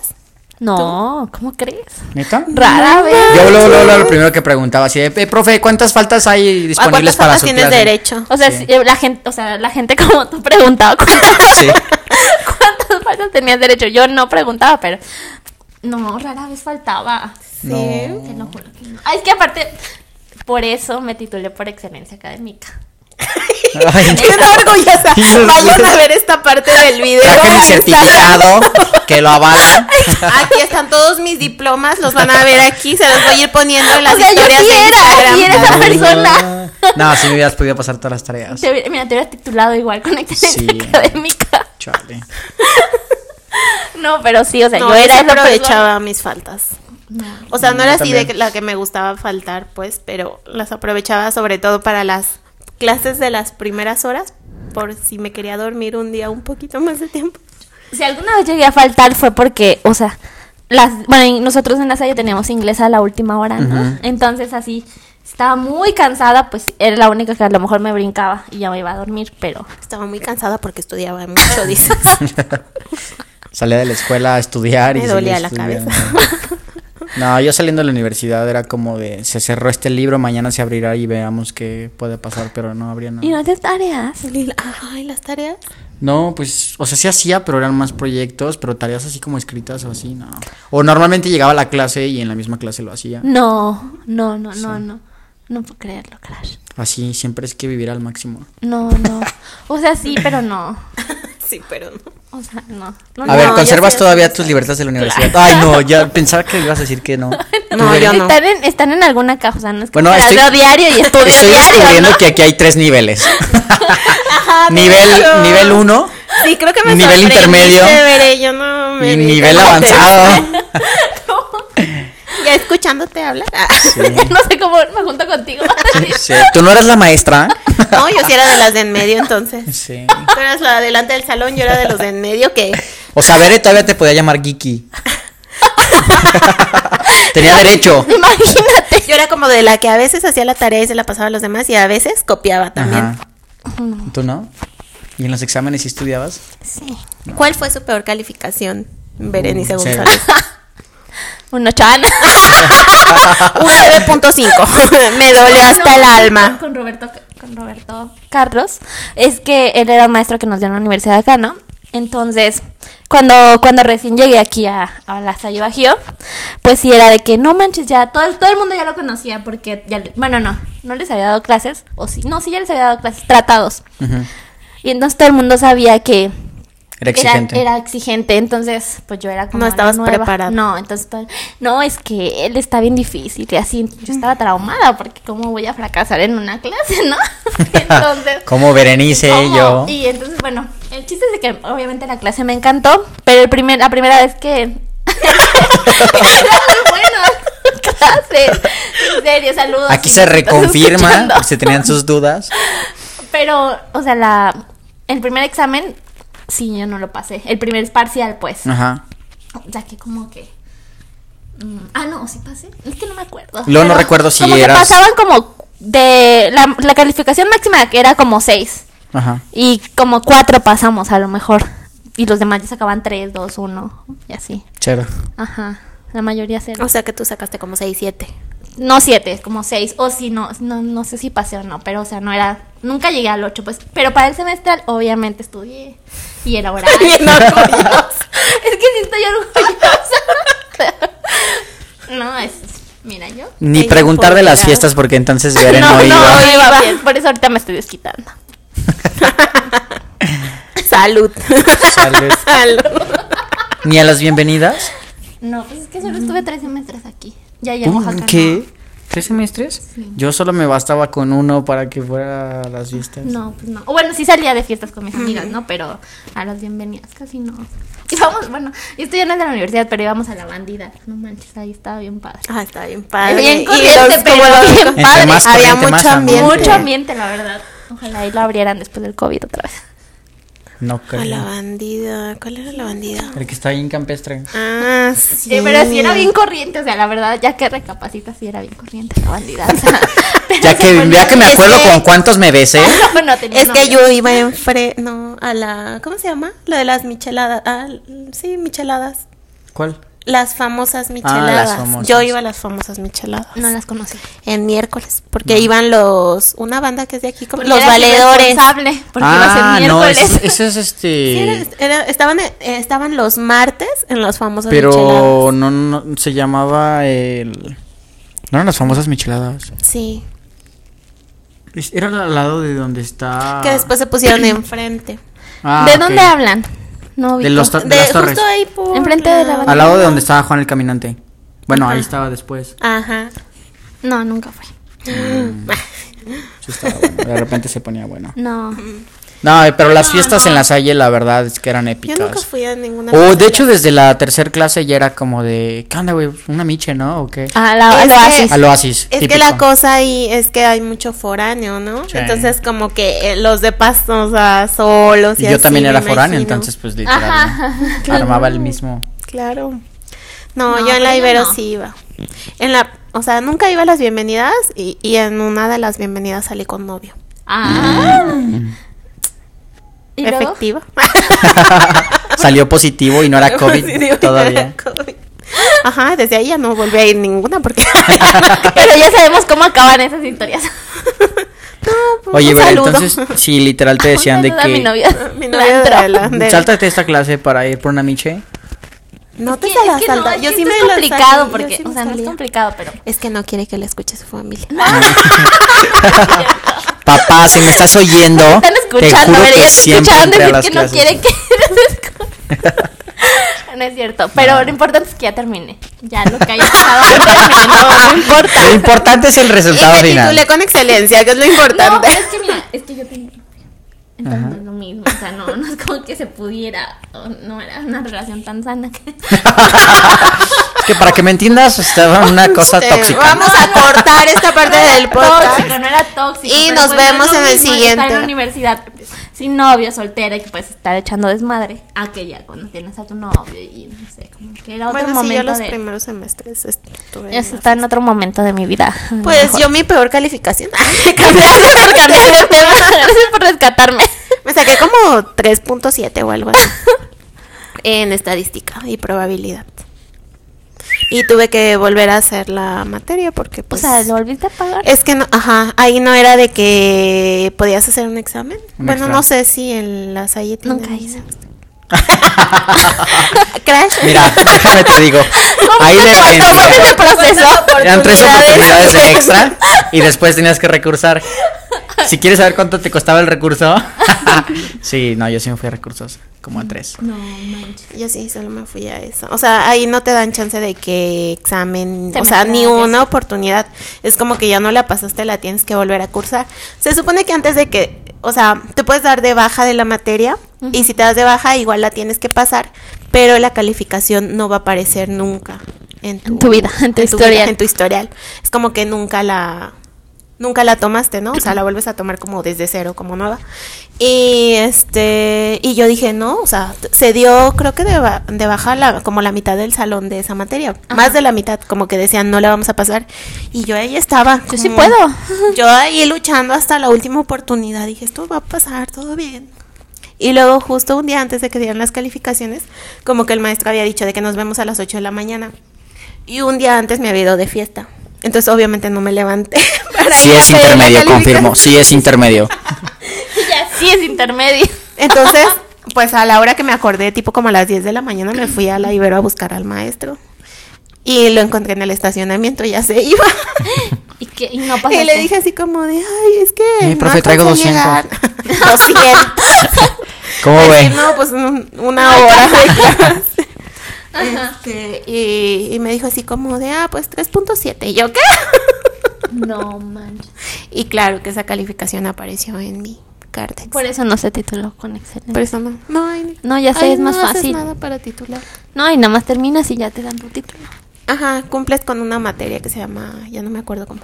[SPEAKER 1] No, ¿cómo crees?
[SPEAKER 3] ¿Neta?
[SPEAKER 1] Rara vez.
[SPEAKER 3] Yo luego, luego, luego, lo primero que preguntaba así, de, "Eh, profe, ¿cuántas faltas hay
[SPEAKER 2] ¿A cuántas
[SPEAKER 3] disponibles para
[SPEAKER 2] faltas
[SPEAKER 3] su
[SPEAKER 2] tienes
[SPEAKER 3] clase?"
[SPEAKER 2] derecho?
[SPEAKER 1] O sea,
[SPEAKER 3] Sí.
[SPEAKER 1] si- eh, la gente, o sea, la gente como tú preguntaba cuántas,
[SPEAKER 3] Sí.
[SPEAKER 1] cuántas faltas tenías derecho. Yo no preguntaba, pero no, rara vez faltaba.
[SPEAKER 3] No.
[SPEAKER 1] Te lo juro que no. Ah, es que aparte por eso me titulé por excelencia académica.
[SPEAKER 3] Ay,
[SPEAKER 2] Bien orgullosa.
[SPEAKER 3] Bien orgullosa.
[SPEAKER 2] Vayan a ver esta parte del video.
[SPEAKER 3] Traje mi
[SPEAKER 2] Ahí está.
[SPEAKER 3] certificado que lo avala.
[SPEAKER 2] Aquí están todos mis diplomas, los van a ver aquí, se los voy a ir poniendo en las
[SPEAKER 1] O sea, yo
[SPEAKER 2] historias
[SPEAKER 1] sí
[SPEAKER 2] de
[SPEAKER 1] era,
[SPEAKER 2] Instagram.
[SPEAKER 1] sí era. Esa persona.
[SPEAKER 3] No, si me hubieras podido pasar todas las tareas.
[SPEAKER 1] Te hubiera- mira, te hubieras titulado igual con excelencia
[SPEAKER 3] Sí.
[SPEAKER 1] académica.
[SPEAKER 3] Chale.
[SPEAKER 1] No, pero sí, o sea,
[SPEAKER 2] No,
[SPEAKER 1] yo era
[SPEAKER 2] sí
[SPEAKER 1] esa persona.
[SPEAKER 2] aprovechaba mis faltas. O sea, no
[SPEAKER 3] Yo
[SPEAKER 2] era así de
[SPEAKER 3] también.
[SPEAKER 2] que- la que me gustaba faltar, pues, pero las aprovechaba sobre todo para las clases de las primeras horas, por si me quería dormir un día un poquito más de tiempo.
[SPEAKER 1] Si alguna vez llegué a faltar fue porque, o sea, las, bueno, y nosotros en la salle teníamos inglés a la última hora, ¿no?
[SPEAKER 3] Ujú.
[SPEAKER 1] Entonces así estaba muy cansada, pues era la única que a lo mejor me brincaba y ya me iba a dormir, pero
[SPEAKER 3] Ah.
[SPEAKER 2] Estaba muy cansada porque estudiaba mucho, dices.
[SPEAKER 3] Salía de la escuela a estudiar y
[SPEAKER 2] me
[SPEAKER 3] seguía
[SPEAKER 2] dolía la
[SPEAKER 3] estudiando.
[SPEAKER 2] cabeza.
[SPEAKER 3] No, yo saliendo de la universidad era como de, se cerró este libro, mañana se abrirá y veamos qué puede pasar, pero no habría nada.
[SPEAKER 1] ¿Y no te tareas?
[SPEAKER 2] Ni la- Ay, las tareas.
[SPEAKER 3] No, pues, o sea, sí hacía, pero eran más proyectos, pero tareas así como escritas o así, no. O normalmente llegaba a la clase y en la misma clase lo hacía.
[SPEAKER 1] Mm. No, no, no, no, no. No puedo creerlo, Crash.
[SPEAKER 3] Así, siempre es que vivir al máximo.
[SPEAKER 1] No, no. O sea, sí, pero no.
[SPEAKER 2] Sí, pero no.
[SPEAKER 1] O sea, no. No,
[SPEAKER 3] A
[SPEAKER 1] no.
[SPEAKER 3] ver,
[SPEAKER 2] ya
[SPEAKER 3] ¿conservas
[SPEAKER 2] sé.
[SPEAKER 3] todavía tus libertades de la universidad? Ay, no, ya pensaba que ibas a decir que no.
[SPEAKER 2] No, yo no.
[SPEAKER 1] Están en, están en alguna caja, o sea, no es que
[SPEAKER 3] Pues Bueno,
[SPEAKER 1] bueno,
[SPEAKER 3] estoy-
[SPEAKER 1] diario y estudies
[SPEAKER 3] Estoy
[SPEAKER 1] diario,
[SPEAKER 3] descubriendo
[SPEAKER 1] ¿no?
[SPEAKER 3] que aquí hay tres niveles.
[SPEAKER 2] Ah,
[SPEAKER 3] nivel
[SPEAKER 2] claro.
[SPEAKER 3] nivel 1
[SPEAKER 2] Sí, creo que me
[SPEAKER 3] Nivel
[SPEAKER 2] sorprendiste,
[SPEAKER 3] intermedio.
[SPEAKER 2] Veré, yo no me
[SPEAKER 3] y
[SPEAKER 2] vi
[SPEAKER 3] nivel
[SPEAKER 2] como
[SPEAKER 3] avanzado.
[SPEAKER 2] te- Ya escuchándote hablar. Ah.
[SPEAKER 1] Ya no sé cómo me junto contigo.
[SPEAKER 3] Sí, Tú no eras la maestra.
[SPEAKER 2] No, yo sí era de las de en medio entonces.
[SPEAKER 3] Sí.
[SPEAKER 2] Tú eras la delante del salón, yo era de los de en medio que
[SPEAKER 3] O sea, Bere todavía te podía llamar Geeky. Tenía derecho.
[SPEAKER 1] Imagínate.
[SPEAKER 2] yo era como de la que a veces hacía la tarea y se la pasaba a los demás y a veces copiaba también.
[SPEAKER 3] Ajá. ¿Tú no? ¿Y en los exámenes sí estudiabas?
[SPEAKER 1] Sí.
[SPEAKER 2] ¿Cuál fue su peor calificación, Berenice
[SPEAKER 3] Mm, cero.
[SPEAKER 2] González?
[SPEAKER 1] Uno chan.
[SPEAKER 2] Un 9.5. me dolió
[SPEAKER 1] No,
[SPEAKER 2] hasta el
[SPEAKER 1] no,
[SPEAKER 2] alma.
[SPEAKER 1] Con Roberto, con Roberto Carlos. Es que él era un maestro que nos dio en la universidad acá, ¿no? Entonces, cuando, cuando recién llegué aquí a, a la Salle Bajío, pues sí era de que no manches, ya todo, todo el mundo ya lo conocía, porque ya, le- bueno, no, no les había dado clases, o sí, no, sí ya les había dado clases, tratados.
[SPEAKER 3] Ujú.
[SPEAKER 1] Y entonces todo el mundo sabía que
[SPEAKER 3] Era exigente.
[SPEAKER 1] era exigente, entonces pues yo era como
[SPEAKER 2] No
[SPEAKER 1] la
[SPEAKER 2] estabas
[SPEAKER 1] nueva.
[SPEAKER 2] preparada.
[SPEAKER 1] No, entonces todo- no, es que él está bien difícil y así yo estaba traumada porque cómo voy a fracasar en una clase, ¿no? entonces
[SPEAKER 3] Como Berenice,
[SPEAKER 1] ¿cómo?
[SPEAKER 3] yo.
[SPEAKER 1] Y entonces bueno, el chiste es de que obviamente la clase me encantó, pero el primer la primera vez que bueno, clase. En serio, saludos.
[SPEAKER 3] Aquí
[SPEAKER 1] si
[SPEAKER 3] se
[SPEAKER 1] nos estás
[SPEAKER 3] reconfirma,
[SPEAKER 1] escuchando.
[SPEAKER 3] porque se tenían sus dudas.
[SPEAKER 1] Pero, o sea, la, el primer examen, sí, yo no lo pasé. El primer parcial, pues.
[SPEAKER 3] Ajá.
[SPEAKER 1] Ya que como que... mm, ah, no, sí pasé. Es que no me acuerdo.
[SPEAKER 3] Luego no
[SPEAKER 1] Pero
[SPEAKER 3] recuerdo si
[SPEAKER 1] como que
[SPEAKER 3] eras-
[SPEAKER 1] pasaban como de... La, la calificación máxima que era como 6.
[SPEAKER 3] Ajá.
[SPEAKER 1] Y como 4 pasamos a lo mejor. Y los demás ya sacaban 3, 2, 1 y así.
[SPEAKER 3] Cero.
[SPEAKER 1] Ajá. La mayoría cero.
[SPEAKER 2] O sea que tú sacaste como 6, 7.
[SPEAKER 1] No siete, como seis. O si no, no, no sé si pasé o no, pero o sea, no era. Nunca llegué al ocho, pues. Pero para el semestral, obviamente estudié. Y era oral.
[SPEAKER 2] Bien orgullosa.
[SPEAKER 1] es que sí estoy orgullosa. no, es. Mira yo.
[SPEAKER 3] Ni
[SPEAKER 2] Ella
[SPEAKER 3] preguntar de las
[SPEAKER 2] publicada.
[SPEAKER 3] fiestas porque entonces Beren
[SPEAKER 1] no,
[SPEAKER 3] no, iba.
[SPEAKER 1] iba bien, Por eso ahorita me estoy desquitando.
[SPEAKER 2] Salud.
[SPEAKER 3] Salud.
[SPEAKER 2] Salud.
[SPEAKER 3] Ni a las bienvenidas.
[SPEAKER 1] No, pues es que solo estuve tres semestres aquí. Ya, ya, en
[SPEAKER 3] Uh,
[SPEAKER 1] Oaxaca.
[SPEAKER 3] ¿Qué? ¿Tres semestres? Yo solo me bastaba con uno para que fuera a las fiestas.
[SPEAKER 1] No, No, pues no. O bueno, sí salía de fiestas con mis amigas, ¿no? Pero a las bienvenidas casi no. Íbamos, bueno, yo estoy en la universidad, pero íbamos a la bandida. No manches, ahí estaba bien padre.
[SPEAKER 2] Ah, está bien padre.
[SPEAKER 1] Bien
[SPEAKER 2] Y
[SPEAKER 1] corriente,
[SPEAKER 2] los-
[SPEAKER 1] pero
[SPEAKER 2] como los-
[SPEAKER 1] bien
[SPEAKER 3] Entre
[SPEAKER 1] padre.
[SPEAKER 3] más
[SPEAKER 2] Había
[SPEAKER 3] corriente,
[SPEAKER 2] mucho
[SPEAKER 3] más ambiente.
[SPEAKER 1] Mucho ambiente, la verdad. Ojalá ahí lo abrieran después del COVID otra vez.
[SPEAKER 3] No
[SPEAKER 2] A la
[SPEAKER 3] creo.
[SPEAKER 2] bandida. ¿Cuál era la bandida?
[SPEAKER 3] El que está ahí en Campestre.
[SPEAKER 2] Ah, sí.
[SPEAKER 1] Sí, Eh, pero sí era bien corriente, o sea, la verdad, ya que recapacita, sí era bien corriente la bandida. o sea, pero
[SPEAKER 3] Ya
[SPEAKER 1] se
[SPEAKER 3] que,
[SPEAKER 1] ponía-
[SPEAKER 3] ya que me
[SPEAKER 2] Es
[SPEAKER 3] acuerdo
[SPEAKER 2] que-
[SPEAKER 3] con ¿eh? cuántos me besé.
[SPEAKER 1] No, bueno, tenía
[SPEAKER 2] Es que
[SPEAKER 1] novio.
[SPEAKER 2] yo iba en fre... No, a la... ¿Cómo se llama? La de las micheladas. Ah, l- sí, micheladas.
[SPEAKER 3] ¿Cuál?
[SPEAKER 2] Las famosas micheladas.
[SPEAKER 3] Ah, famosas.
[SPEAKER 2] Yo iba a las famosas micheladas.
[SPEAKER 1] No las conocí.
[SPEAKER 2] En miércoles. Porque iban los... Una banda que es de aquí. como-
[SPEAKER 1] Porque
[SPEAKER 2] los
[SPEAKER 1] eras
[SPEAKER 2] valedores.
[SPEAKER 1] irresponsable, Porque iba a
[SPEAKER 3] ah,
[SPEAKER 1] ser
[SPEAKER 3] no,
[SPEAKER 1] miércoles.
[SPEAKER 3] eso, eso es
[SPEAKER 2] Sí,
[SPEAKER 3] este.
[SPEAKER 2] era- era- estaban, eh, estaban los martes en las famosas micheladas.
[SPEAKER 3] pero no, no, se llamaba el. No eran las famosas micheladas.
[SPEAKER 2] Sí.
[SPEAKER 3] Es- Era al lado de donde está.
[SPEAKER 2] Que después se pusieron enfrente.
[SPEAKER 3] Ah,
[SPEAKER 1] ¿De
[SPEAKER 3] ok.
[SPEAKER 1] dónde hablan? No ubico.
[SPEAKER 3] De los to- de,
[SPEAKER 2] De,
[SPEAKER 3] las torres.
[SPEAKER 2] justo ahí por...
[SPEAKER 1] Enfrente de la banda.
[SPEAKER 3] Al lado de donde estaba Juan el Caminante. Bueno, ahí estaba después.
[SPEAKER 2] Ajá.
[SPEAKER 1] No, nunca fue.
[SPEAKER 3] Sí estaba bueno, De repente se ponía bueno.
[SPEAKER 1] No.
[SPEAKER 3] No, eh, pero las fiestas en la salle, la verdad, es que eran
[SPEAKER 2] Yo
[SPEAKER 3] épicas.
[SPEAKER 2] nunca fui a ninguna...
[SPEAKER 3] O de
[SPEAKER 2] fiesta.
[SPEAKER 3] hecho, desde la tercer clase ya era como de. ¿Qué onda, güey? ¿Una miche, no? ¿O qué?
[SPEAKER 1] Ah, la,
[SPEAKER 2] Es
[SPEAKER 1] lo
[SPEAKER 2] que-
[SPEAKER 1] haces.
[SPEAKER 3] Al oasis.
[SPEAKER 2] Es
[SPEAKER 3] típico.
[SPEAKER 2] que la cosa ahí es que hay mucho foráneo, ¿no?
[SPEAKER 3] Sí.
[SPEAKER 2] Entonces como que eh, los de pasto, o sea, solos y,
[SPEAKER 3] Y yo
[SPEAKER 2] así,
[SPEAKER 3] también
[SPEAKER 2] me
[SPEAKER 3] era foráneo,
[SPEAKER 2] imagino.
[SPEAKER 3] entonces, pues literal.
[SPEAKER 1] Ajá.
[SPEAKER 3] ¿no? Armaba el mismo.
[SPEAKER 2] Claro. No,
[SPEAKER 1] No,
[SPEAKER 2] yo en
[SPEAKER 1] pero
[SPEAKER 2] la
[SPEAKER 1] yo
[SPEAKER 2] Ibero
[SPEAKER 1] no.
[SPEAKER 2] sí iba. En la, o sea, nunca iba a las bienvenidas y, y en una de las bienvenidas salí con novio.
[SPEAKER 1] Ah. ¿Y luego?
[SPEAKER 2] Efectiva.
[SPEAKER 3] Salió positivo y no era COVID
[SPEAKER 2] Sí, digo,
[SPEAKER 3] todavía.
[SPEAKER 2] era COVID. Ajá, desde ahí ya no volví a ir ninguna porque...
[SPEAKER 1] Pero ya sabemos cómo acaban esas historias.
[SPEAKER 2] No, pues,
[SPEAKER 3] Oye,
[SPEAKER 2] un
[SPEAKER 3] pero
[SPEAKER 2] saludo.
[SPEAKER 3] entonces, si literal te decían de
[SPEAKER 1] Saluda a mi
[SPEAKER 3] que.
[SPEAKER 1] novia.
[SPEAKER 2] Mi novia de
[SPEAKER 1] Landro.
[SPEAKER 2] la- de-
[SPEAKER 3] Sáltate esta clase para ir por una miche.
[SPEAKER 2] No te
[SPEAKER 1] Es
[SPEAKER 2] se Pues la
[SPEAKER 1] que no,
[SPEAKER 2] salta.
[SPEAKER 1] es
[SPEAKER 2] Yo
[SPEAKER 1] que
[SPEAKER 2] sí
[SPEAKER 1] esto
[SPEAKER 2] me
[SPEAKER 1] es
[SPEAKER 2] la
[SPEAKER 1] complicado
[SPEAKER 2] salí, yo
[SPEAKER 1] porque,
[SPEAKER 2] sí me
[SPEAKER 1] o sea, no es
[SPEAKER 2] salí.
[SPEAKER 1] complicado, pero
[SPEAKER 2] Es que no quiere que la escuche su familia.
[SPEAKER 3] Papá, si Ah, me estás oyendo.
[SPEAKER 1] están
[SPEAKER 3] te
[SPEAKER 1] escuchando,
[SPEAKER 3] juro
[SPEAKER 1] a ver,
[SPEAKER 3] que
[SPEAKER 1] ya te
[SPEAKER 3] siempre
[SPEAKER 1] escucharon
[SPEAKER 3] entré
[SPEAKER 1] decir
[SPEAKER 3] a las
[SPEAKER 1] que no
[SPEAKER 3] clases.
[SPEAKER 1] quieren que los escuchen. No es cierto, pero lo importante es que ya termine. Ya lo que haya pasado terminó, no importa.
[SPEAKER 3] Lo importante es el resultado
[SPEAKER 2] Y que
[SPEAKER 3] final.
[SPEAKER 2] titulé con excelencia, que es lo
[SPEAKER 1] No,
[SPEAKER 2] importante.
[SPEAKER 1] pero es que mira, es que yo tengo entonces no es lo mismo, o sea, no, no es como que se pudiera, o no era una relación tan sana que...
[SPEAKER 3] Es que para que me entiendas, estaba una cosa
[SPEAKER 2] Este,
[SPEAKER 3] tóxica.
[SPEAKER 2] Vamos a cortar esta parte
[SPEAKER 1] No era
[SPEAKER 2] del podcast.
[SPEAKER 1] Tóxico, no era tóxico.
[SPEAKER 2] Y
[SPEAKER 1] pero
[SPEAKER 2] nos
[SPEAKER 1] pues no
[SPEAKER 2] vemos
[SPEAKER 1] es lo
[SPEAKER 2] en el
[SPEAKER 1] mismo estar
[SPEAKER 2] siguiente.
[SPEAKER 1] en la universidad sin novio, soltera y que puedes estar echando desmadre. Ah, que ya cuando tienes a tu novio y no sé, como que era otro
[SPEAKER 2] Bueno, sí, yo
[SPEAKER 1] momento
[SPEAKER 2] los
[SPEAKER 1] de...
[SPEAKER 2] primeros semestres estuve.
[SPEAKER 1] Eso está en otro momento de mi vida. a lo
[SPEAKER 2] Pues
[SPEAKER 1] mejor.
[SPEAKER 2] yo mi peor calificación.
[SPEAKER 1] Gracias por cambiar de tema. Gracias por rescatarme.
[SPEAKER 2] Me saqué como 3.7 o algo así. En estadística y probabilidad. Y tuve que volver a hacer la materia porque
[SPEAKER 1] O
[SPEAKER 2] pues...
[SPEAKER 1] sea, ¿lo volviste a pagar?
[SPEAKER 2] Es que no, ajá, ahí no era de que podías hacer un examen.
[SPEAKER 3] Un
[SPEAKER 2] bueno,
[SPEAKER 3] extra.
[SPEAKER 2] no sé si en la Salle tienen-
[SPEAKER 1] Nunca hice.
[SPEAKER 2] Crash.
[SPEAKER 3] Mira, este, déjame te digo. Ahí le
[SPEAKER 1] ¿Cómo es el proceso?
[SPEAKER 3] Eran tres oportunidades de extra y después tenías que recursar. Si quieres saber cuánto te costaba el recurso. sí, no, yo sí me fui a recursos, como a tres.
[SPEAKER 1] No, manches.
[SPEAKER 2] Yo sí, solo me fui a eso. O sea, ahí no te dan chance de que examen, o
[SPEAKER 1] Semestral,
[SPEAKER 2] sea, ni
[SPEAKER 1] eso.
[SPEAKER 2] una oportunidad. Es como que ya no la pasaste, la tienes que volver a cursar. Se supone que antes de que, o sea, te puedes dar de baja de la materia y si te das de baja igual la tienes que pasar, pero la calificación no va a aparecer nunca en tu,
[SPEAKER 1] En tu vida, en tu
[SPEAKER 2] vida,
[SPEAKER 1] historial.
[SPEAKER 2] en tu historial. Es como que nunca la nunca la tomaste, ¿no? O sea, la vuelves a tomar como desde cero, como nueva. Y este, y yo dije, no, o sea, t- se dio, creo que de, ba- de baja la, como la mitad del salón de esa materia, más de la mitad, como que decían, no la vamos a pasar. Y yo ahí estaba.
[SPEAKER 1] Yo sí
[SPEAKER 2] como-
[SPEAKER 1] puedo.
[SPEAKER 2] Yo ahí luchando hasta la última oportunidad, dije, esto va a pasar, todo bien. Y luego justo un día antes de que dieran las calificaciones, como que el maestro había dicho de que nos vemos a las 8 de la mañana. Y un día antes me había ido de fiesta. Entonces obviamente no me levanté. Para
[SPEAKER 3] Sí
[SPEAKER 2] ir a
[SPEAKER 3] es
[SPEAKER 2] pedir la
[SPEAKER 3] intermedio,
[SPEAKER 2] calificación.
[SPEAKER 3] confirmo. Sí es intermedio.
[SPEAKER 1] Ya sí es intermedio.
[SPEAKER 2] Entonces, pues a la hora que me acordé, tipo como a las 10 de la mañana, me fui a la Ibero a buscar al maestro. Y lo encontré en el estacionamiento, ya se iba.
[SPEAKER 1] Y, que, y no pasa
[SPEAKER 2] Y le dije así como de, ay, es que...
[SPEAKER 3] Ay,
[SPEAKER 2] no
[SPEAKER 3] Eh, profe, traigo
[SPEAKER 2] alcanzo a
[SPEAKER 3] 200.
[SPEAKER 2] llegar". 200.
[SPEAKER 3] ¿Cómo
[SPEAKER 2] Ay,
[SPEAKER 3] ven?
[SPEAKER 2] No, pues un- una hora de clase. Este, y, y me dijo así como de, ah, pues 3.7. ¿Y yo qué?
[SPEAKER 1] No manches.
[SPEAKER 2] Y claro que esa calificación apareció en mi cárdex.
[SPEAKER 1] Por eso no se tituló con excelencia.
[SPEAKER 2] Por eso no. No, ay,
[SPEAKER 1] No, ya sé,
[SPEAKER 2] ay,
[SPEAKER 1] es más
[SPEAKER 2] no haces
[SPEAKER 1] fácil.
[SPEAKER 2] nada para titular.
[SPEAKER 1] No, y nada más terminas y ya te dan tu título.
[SPEAKER 2] Ajá, cumples con una materia que se llama, ya no me acuerdo cómo.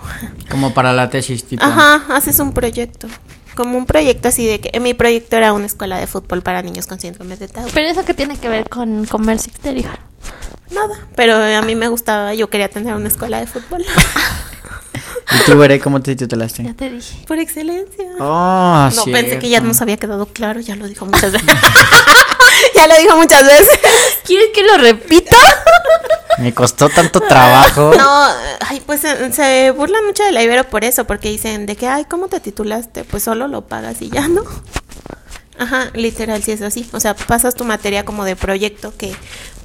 [SPEAKER 3] Como para la tesis, tipo.
[SPEAKER 2] Ajá, haces un proyecto. Como un proyecto así de que eh, mi proyecto era una escuela de fútbol para niños con síndrome de Down.
[SPEAKER 1] Pero eso que tiene que ver con comercio exterior.
[SPEAKER 2] Nada, pero a mí me gustaba, yo quería tener una escuela de fútbol.
[SPEAKER 3] Y tú veré cómo te
[SPEAKER 1] Ya
[SPEAKER 3] titulaste.
[SPEAKER 1] te dije.
[SPEAKER 2] Por excelencia.
[SPEAKER 3] Oh,
[SPEAKER 2] No, pensé que ya
[SPEAKER 3] cierto.
[SPEAKER 2] nos había quedado claro, ya lo dijo muchas veces. ya lo dijo muchas veces.
[SPEAKER 1] ¿Quieres que lo repita?
[SPEAKER 3] Me costó tanto trabajo.
[SPEAKER 2] No, ay, pues se, se burlan mucho de la Ibero por eso, porque dicen de que, ay, ¿cómo te titulaste? Pues solo lo pagas y ya, ¿no? Ajá, literal, sí es así. O sea, pasas tu materia como de proyecto que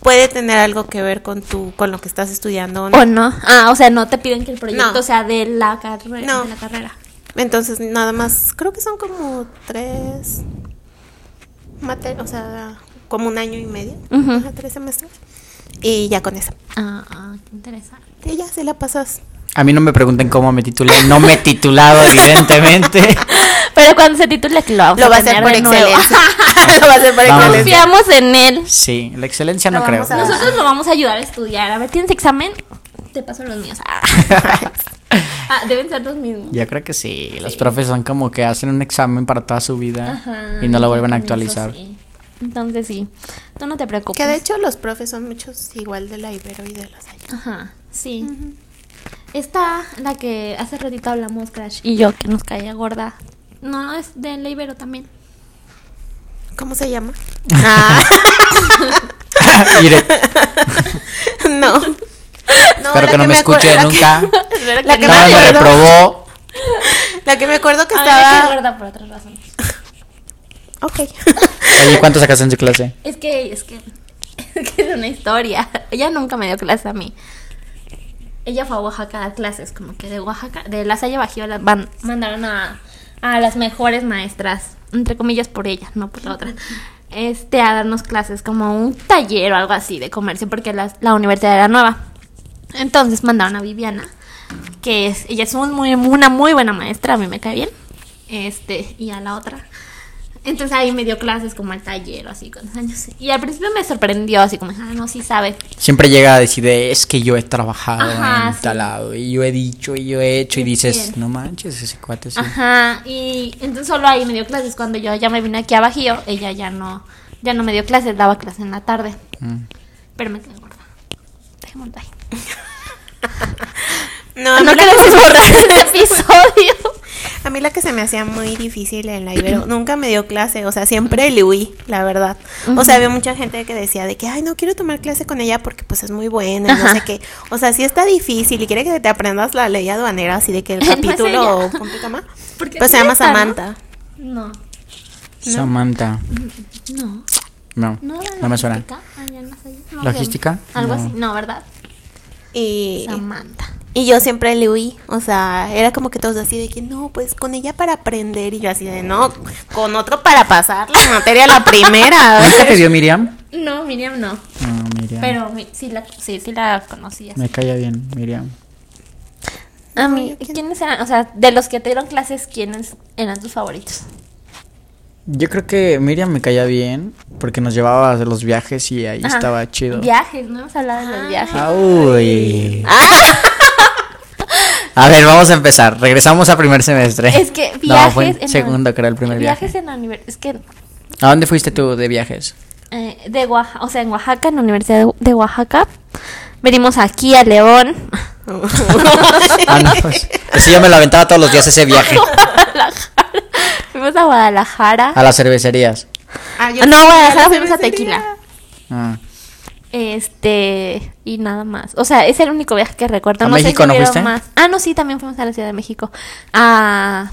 [SPEAKER 2] puede tener algo que ver con tu, con lo que estás estudiando o no.
[SPEAKER 1] ¿O no? Ah, o sea, no te piden que el proyecto
[SPEAKER 2] No.
[SPEAKER 1] sea de la, carre-
[SPEAKER 2] No.
[SPEAKER 1] de la carrera.
[SPEAKER 2] Entonces, nada más, creo que son como tres materias, o sea, como un año y medio,
[SPEAKER 1] Ujú.
[SPEAKER 2] ajá, tres semestres. Y ya con eso.
[SPEAKER 1] Ah, ah, qué interesante.
[SPEAKER 2] Y ya, se la pasas.
[SPEAKER 3] A mí no me pregunten cómo me titulé. No me he titulado, evidentemente.
[SPEAKER 1] Pero cuando se titule, que lo vamos
[SPEAKER 2] Lo va a
[SPEAKER 1] tener
[SPEAKER 2] hacer por
[SPEAKER 1] de nuevo.
[SPEAKER 2] excelencia. lo va a hacer por
[SPEAKER 3] Vamos.
[SPEAKER 2] excelencia.
[SPEAKER 1] Confiamos en él.
[SPEAKER 3] Sí, la excelencia no
[SPEAKER 2] Lo
[SPEAKER 3] creo.
[SPEAKER 2] vamos a-
[SPEAKER 1] Nosotros lo vamos a ayudar a estudiar. A ver, ¿tienes examen? Te paso los míos. Ah. Ah, deben ser los mismos.
[SPEAKER 3] Yo creo que sí. Los profes son como que hacen un examen para toda su vida y no lo vuelven a
[SPEAKER 1] Eso
[SPEAKER 3] actualizar.
[SPEAKER 1] sí. Entonces sí, tú no te preocupes.
[SPEAKER 2] Que de hecho los profes son muchos igual de la Ibero y de la Salle.
[SPEAKER 1] Ajá, sí. Esta, la que hace ratito hablamos, Crash, y yo, que nos caía gorda. No, es de la Ibero también.
[SPEAKER 2] ¿Cómo se llama? Ah,
[SPEAKER 3] Mire,
[SPEAKER 2] no,
[SPEAKER 3] Espero que no me
[SPEAKER 2] acuer-
[SPEAKER 3] escuche
[SPEAKER 2] la que-
[SPEAKER 3] nunca.
[SPEAKER 2] Espero que
[SPEAKER 1] La que me
[SPEAKER 2] no
[SPEAKER 3] Nada más me
[SPEAKER 1] acuerdo.
[SPEAKER 3] reprobó.
[SPEAKER 2] La que me acuerdo que
[SPEAKER 1] A mí Ah, me cae
[SPEAKER 2] estaba.
[SPEAKER 1] gorda por otras razones.
[SPEAKER 2] Ok.
[SPEAKER 3] Oye, ¿cuánto sacaste en su clase?
[SPEAKER 1] Es que, es que, es que es una historia. Ella nunca me dio clase a mí. Ella fue a Oaxaca a dar clases, como que de Oaxaca, de la Salle Bajío la van- mandaron a, a las mejores maestras, entre comillas por ella, no por la otra, este, a darnos clases como un taller o algo así de comercio, porque la, la universidad era nueva. Entonces mandaron a Viviana, que es, ella es un muy, una muy buena maestra, a mí me cae bien, este, y a la otra. Entonces ahí me dio clases como al taller o así con los años. Y al principio me sorprendió, así como, ah, no, sí sabe.
[SPEAKER 3] Siempre llega a decir, es que yo he trabajado
[SPEAKER 1] Ajá,
[SPEAKER 3] en
[SPEAKER 1] sí.
[SPEAKER 3] tal lado, y yo he dicho, y yo he hecho, y
[SPEAKER 1] Sí,
[SPEAKER 3] dices,
[SPEAKER 1] bien.
[SPEAKER 3] no manches, ese cuate sí.
[SPEAKER 1] Ajá, y entonces solo ahí me dio clases. Cuando yo ya me vine aquí a Bajío, ella ya no, ya no me dio clases, daba clases en la tarde.
[SPEAKER 3] Mm.
[SPEAKER 1] Pero me quedé gorda. Dejémoslo ahí.
[SPEAKER 2] No, a mí,
[SPEAKER 1] Ah, No
[SPEAKER 2] la,
[SPEAKER 1] queremos borrar este episodio.
[SPEAKER 2] a mí la que se me hacía muy difícil en la Ibero, nunca me dio clase, o sea, siempre le huí, la verdad. O sea, había mucha gente que decía de que, ay, no quiero tomar clase con ella porque pues es muy buena, y no
[SPEAKER 1] Ajá.
[SPEAKER 2] sé qué. O sea, sí está difícil y quiere que te aprendas la ley aduanera, así de que el
[SPEAKER 1] No es
[SPEAKER 2] capítulo,
[SPEAKER 1] ella.
[SPEAKER 2] ¿cómo se llama?
[SPEAKER 1] Porque
[SPEAKER 2] Pues se llama
[SPEAKER 1] Samantha, ¿no? No,
[SPEAKER 2] Samantha.
[SPEAKER 3] Samantha.
[SPEAKER 1] no.
[SPEAKER 3] No,
[SPEAKER 1] No,
[SPEAKER 3] no,
[SPEAKER 1] era
[SPEAKER 3] me suena.
[SPEAKER 1] logística. Ah, ya no sé, no,
[SPEAKER 3] ¿Logística?
[SPEAKER 1] bien. Algo
[SPEAKER 3] No.
[SPEAKER 1] así, no, ¿verdad?
[SPEAKER 2] Y,
[SPEAKER 1] Samantha.
[SPEAKER 2] y yo siempre le huí, o sea, era como que todos así de que, no, pues con ella para aprender, y yo así de, no, con otro para pasar la materia la primera. a
[SPEAKER 3] ¿Nunca
[SPEAKER 2] ver".
[SPEAKER 3] te dio Miriam?
[SPEAKER 1] No, Miriam no.
[SPEAKER 3] No, Miriam.
[SPEAKER 1] Pero mi- sí la, sí, sí la conocías.
[SPEAKER 3] Me caía bien, Miriam.
[SPEAKER 1] A mí, ¿quiénes eran? O sea, de los que te dieron clases, ¿quiénes eran tus favoritos?
[SPEAKER 3] Yo creo que Miriam me caía bien porque nos llevaba a los viajes y ahí
[SPEAKER 1] Ajá.
[SPEAKER 3] estaba chido.
[SPEAKER 1] Viajes, no hemos hablado de los viajes.
[SPEAKER 3] Ah, uy. Ah. A ver, vamos a empezar. Regresamos a primer semestre.
[SPEAKER 1] Es que viajes
[SPEAKER 3] No, fue en
[SPEAKER 1] la-
[SPEAKER 3] segundo, creo, el primer viaje.
[SPEAKER 1] Viajes en la universidad. Es que
[SPEAKER 3] ¿A dónde fuiste tú de viajes?
[SPEAKER 1] eh, de Oaxaca, o sea, en Oaxaca, en la Universidad de- de Oaxaca, venimos aquí a León.
[SPEAKER 3] Ah, no, pues. Sí, yo me lo aventaba todos los días ese viaje.
[SPEAKER 1] Guadalajara. Fuimos a Guadalajara.
[SPEAKER 3] A las cervecerías.
[SPEAKER 2] Ah, yo
[SPEAKER 1] Ah, no,
[SPEAKER 2] pensé que
[SPEAKER 1] Guadalajara
[SPEAKER 2] era
[SPEAKER 1] fuimos a
[SPEAKER 2] cervecería.
[SPEAKER 1] Tequila.
[SPEAKER 3] Ah.
[SPEAKER 1] Este, y nada más. O sea, es el único viaje que recuerdo.
[SPEAKER 3] ¿A
[SPEAKER 1] no sé
[SPEAKER 3] México
[SPEAKER 1] si
[SPEAKER 3] no
[SPEAKER 1] hubieron
[SPEAKER 3] fuiste?
[SPEAKER 1] más. Ah, no, sí, también fuimos a la Ciudad de México. A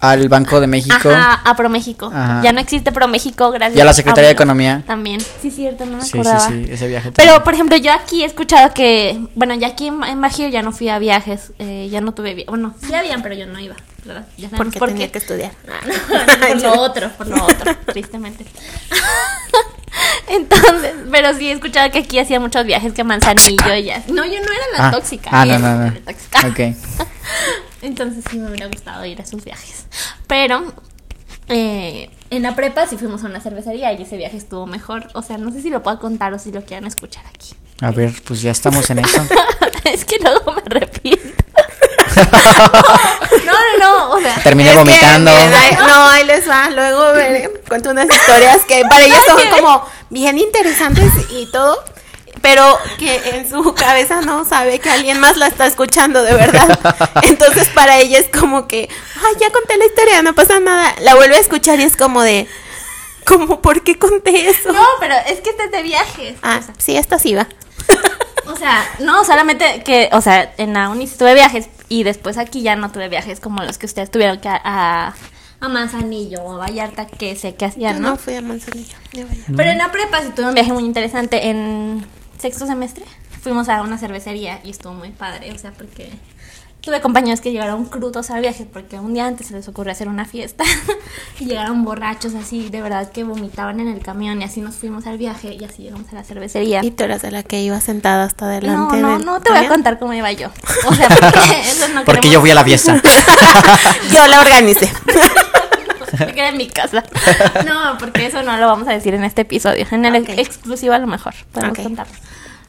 [SPEAKER 3] Al Banco de México.
[SPEAKER 1] Ajá, a ProMéxico.
[SPEAKER 3] Ajá.
[SPEAKER 1] Ya no existe ProMéxico, gracias.
[SPEAKER 3] Y a la Secretaría de
[SPEAKER 1] Abuelo.
[SPEAKER 3] Economía.
[SPEAKER 1] También. Sí, cierto, no me
[SPEAKER 3] Sí, sí,
[SPEAKER 1] acordaba.
[SPEAKER 3] sí, ese viaje
[SPEAKER 1] Pero,
[SPEAKER 3] también.
[SPEAKER 1] por ejemplo, yo aquí he escuchado que, bueno, ya aquí en, en Bajío ya no fui a viajes, eh, ya no tuve, vi- bueno, sí habían, pero yo no iba, ¿verdad? Ya sabemos
[SPEAKER 2] Porque
[SPEAKER 1] por qué.
[SPEAKER 2] tenía que estudiar.
[SPEAKER 1] Ah, No, por lo otro, por lo otro, tristemente. Entonces, pero sí he escuchado que aquí hacía muchos viajes que a Manzanillo y ya. No, yo no era la
[SPEAKER 3] Ah.
[SPEAKER 1] tóxica.
[SPEAKER 3] Ah,
[SPEAKER 1] ella
[SPEAKER 3] no, no,
[SPEAKER 1] era
[SPEAKER 3] no.
[SPEAKER 1] la tóxica.
[SPEAKER 3] Ok.
[SPEAKER 1] Entonces sí me hubiera gustado ir a sus viajes. Pero eh, en la prepa sí fuimos a una cervecería y ese viaje estuvo mejor. O sea, no sé si lo puedo contar o si lo quieran escuchar aquí.
[SPEAKER 3] A ver, pues ya estamos en eso.
[SPEAKER 1] es que luego me arrepiento. no, no, no. O sea,
[SPEAKER 3] Terminé
[SPEAKER 2] Es que,
[SPEAKER 3] vomitando.
[SPEAKER 2] miren, ahí- no, ahí les va. Luego veré, cuento unas historias que para ellos son como bien interesantes y todo, pero que en su cabeza no sabe que alguien más la está escuchando de verdad. Entonces para ella es como que, ay, ya conté la historia, no pasa nada. La vuelve a escuchar y es como de, como, ¿por qué conté eso?
[SPEAKER 1] no, pero es que este es de viajes.
[SPEAKER 2] Ah,
[SPEAKER 1] O sea,
[SPEAKER 2] sí, esta sí va.
[SPEAKER 1] O sea, no, solamente que, o sea, en la uni sí tuve viajes y después aquí ya no tuve viajes como los que ustedes tuvieron que a, a, a Manzanillo o a Vallarta, que sé que
[SPEAKER 2] Yo
[SPEAKER 1] hacían,
[SPEAKER 2] no
[SPEAKER 1] ¿no?
[SPEAKER 2] fui a Manzanillo. de verdad.
[SPEAKER 1] Pero en la prepa sí tuve un viaje muy interesante. En sexto semestre fuimos a una cervecería y estuvo muy padre, o sea, porque tuve compañeros que llegaron crudos al viaje porque un día antes se les ocurrió hacer una fiesta y llegaron borrachos así, de verdad que vomitaban en el camión y así nos fuimos al viaje y así llegamos a la cervecería.
[SPEAKER 2] Y tú eras de la que iba sentada hasta
[SPEAKER 1] No,
[SPEAKER 2] adelante.
[SPEAKER 1] no,
[SPEAKER 2] del
[SPEAKER 1] no te voy a
[SPEAKER 2] camión.
[SPEAKER 1] contar cómo iba yo. O sea, porque eso no
[SPEAKER 3] Porque yo fui a la fiesta.
[SPEAKER 2] Yo la organicé.
[SPEAKER 1] Me quedé en mi casa. No, porque eso no lo vamos a decir en este episodio. En el
[SPEAKER 2] Ok.
[SPEAKER 1] exclusivo a lo mejor podemos
[SPEAKER 2] Ok.
[SPEAKER 1] contarlo.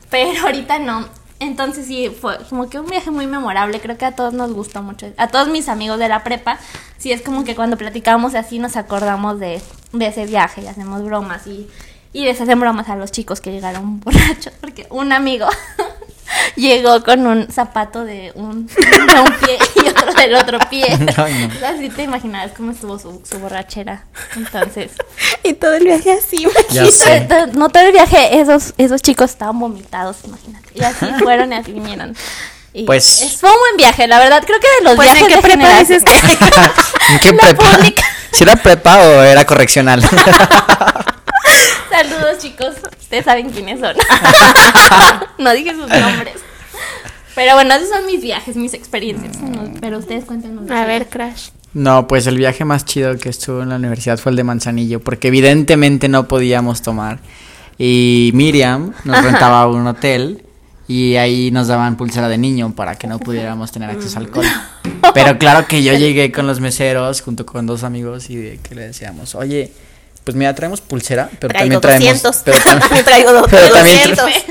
[SPEAKER 1] Pero ahorita no. Entonces sí, fue como que un viaje muy memorable. Creo que a todos nos gustó mucho. A todos mis amigos de la prepa, sí es como que cuando platicamos así nos acordamos de, de ese viaje y hacemos bromas y, y les hacen bromas a los chicos que llegaron borrachos. Porque un amigo llegó con un zapato de un, de un pie y otro del otro pie.
[SPEAKER 3] Ay, no.
[SPEAKER 1] Así te imaginabas cómo estuvo su, su borrachera. Entonces,
[SPEAKER 2] Y todo el viaje así,
[SPEAKER 3] Ya
[SPEAKER 1] y
[SPEAKER 3] sé.
[SPEAKER 1] todo- todo- no todo el viaje, esos, esos chicos estaban vomitados, imagínate. Y así fueron y así vinieron. Y
[SPEAKER 3] Pues-
[SPEAKER 1] es- fue un buen viaje, la verdad, creo que de los
[SPEAKER 2] Pues, ¿en
[SPEAKER 1] viajes
[SPEAKER 2] qué
[SPEAKER 1] de
[SPEAKER 2] prepa
[SPEAKER 1] generación-
[SPEAKER 2] dices que-
[SPEAKER 3] ¿En qué
[SPEAKER 1] La
[SPEAKER 3] prepa?
[SPEAKER 1] pública.
[SPEAKER 3] ¿Si era prepa o era correccional?
[SPEAKER 1] Saludos, chicos. Ustedes saben quiénes son. no dije sus nombres. Pero bueno, esos son mis viajes, mis experiencias.
[SPEAKER 3] Mm.
[SPEAKER 1] No, Pero ustedes cuéntenos.
[SPEAKER 2] A ver, Crash.
[SPEAKER 3] No, pues el viaje más chido que estuvo en la universidad fue el de Manzanillo, porque evidentemente no podíamos tomar. Y Miriam nos rentaba un hotel y ahí nos daban pulsera de niño para que no pudiéramos tener acceso al alcohol. Pero claro que yo llegué con los meseros junto con dos amigos y de que le decíamos, oye, pues mira, traemos pulsera, pero
[SPEAKER 2] Traigo
[SPEAKER 3] también traemos...
[SPEAKER 2] 200.
[SPEAKER 3] Pero también,
[SPEAKER 2] traigo do-
[SPEAKER 3] pero también tra-
[SPEAKER 2] 200.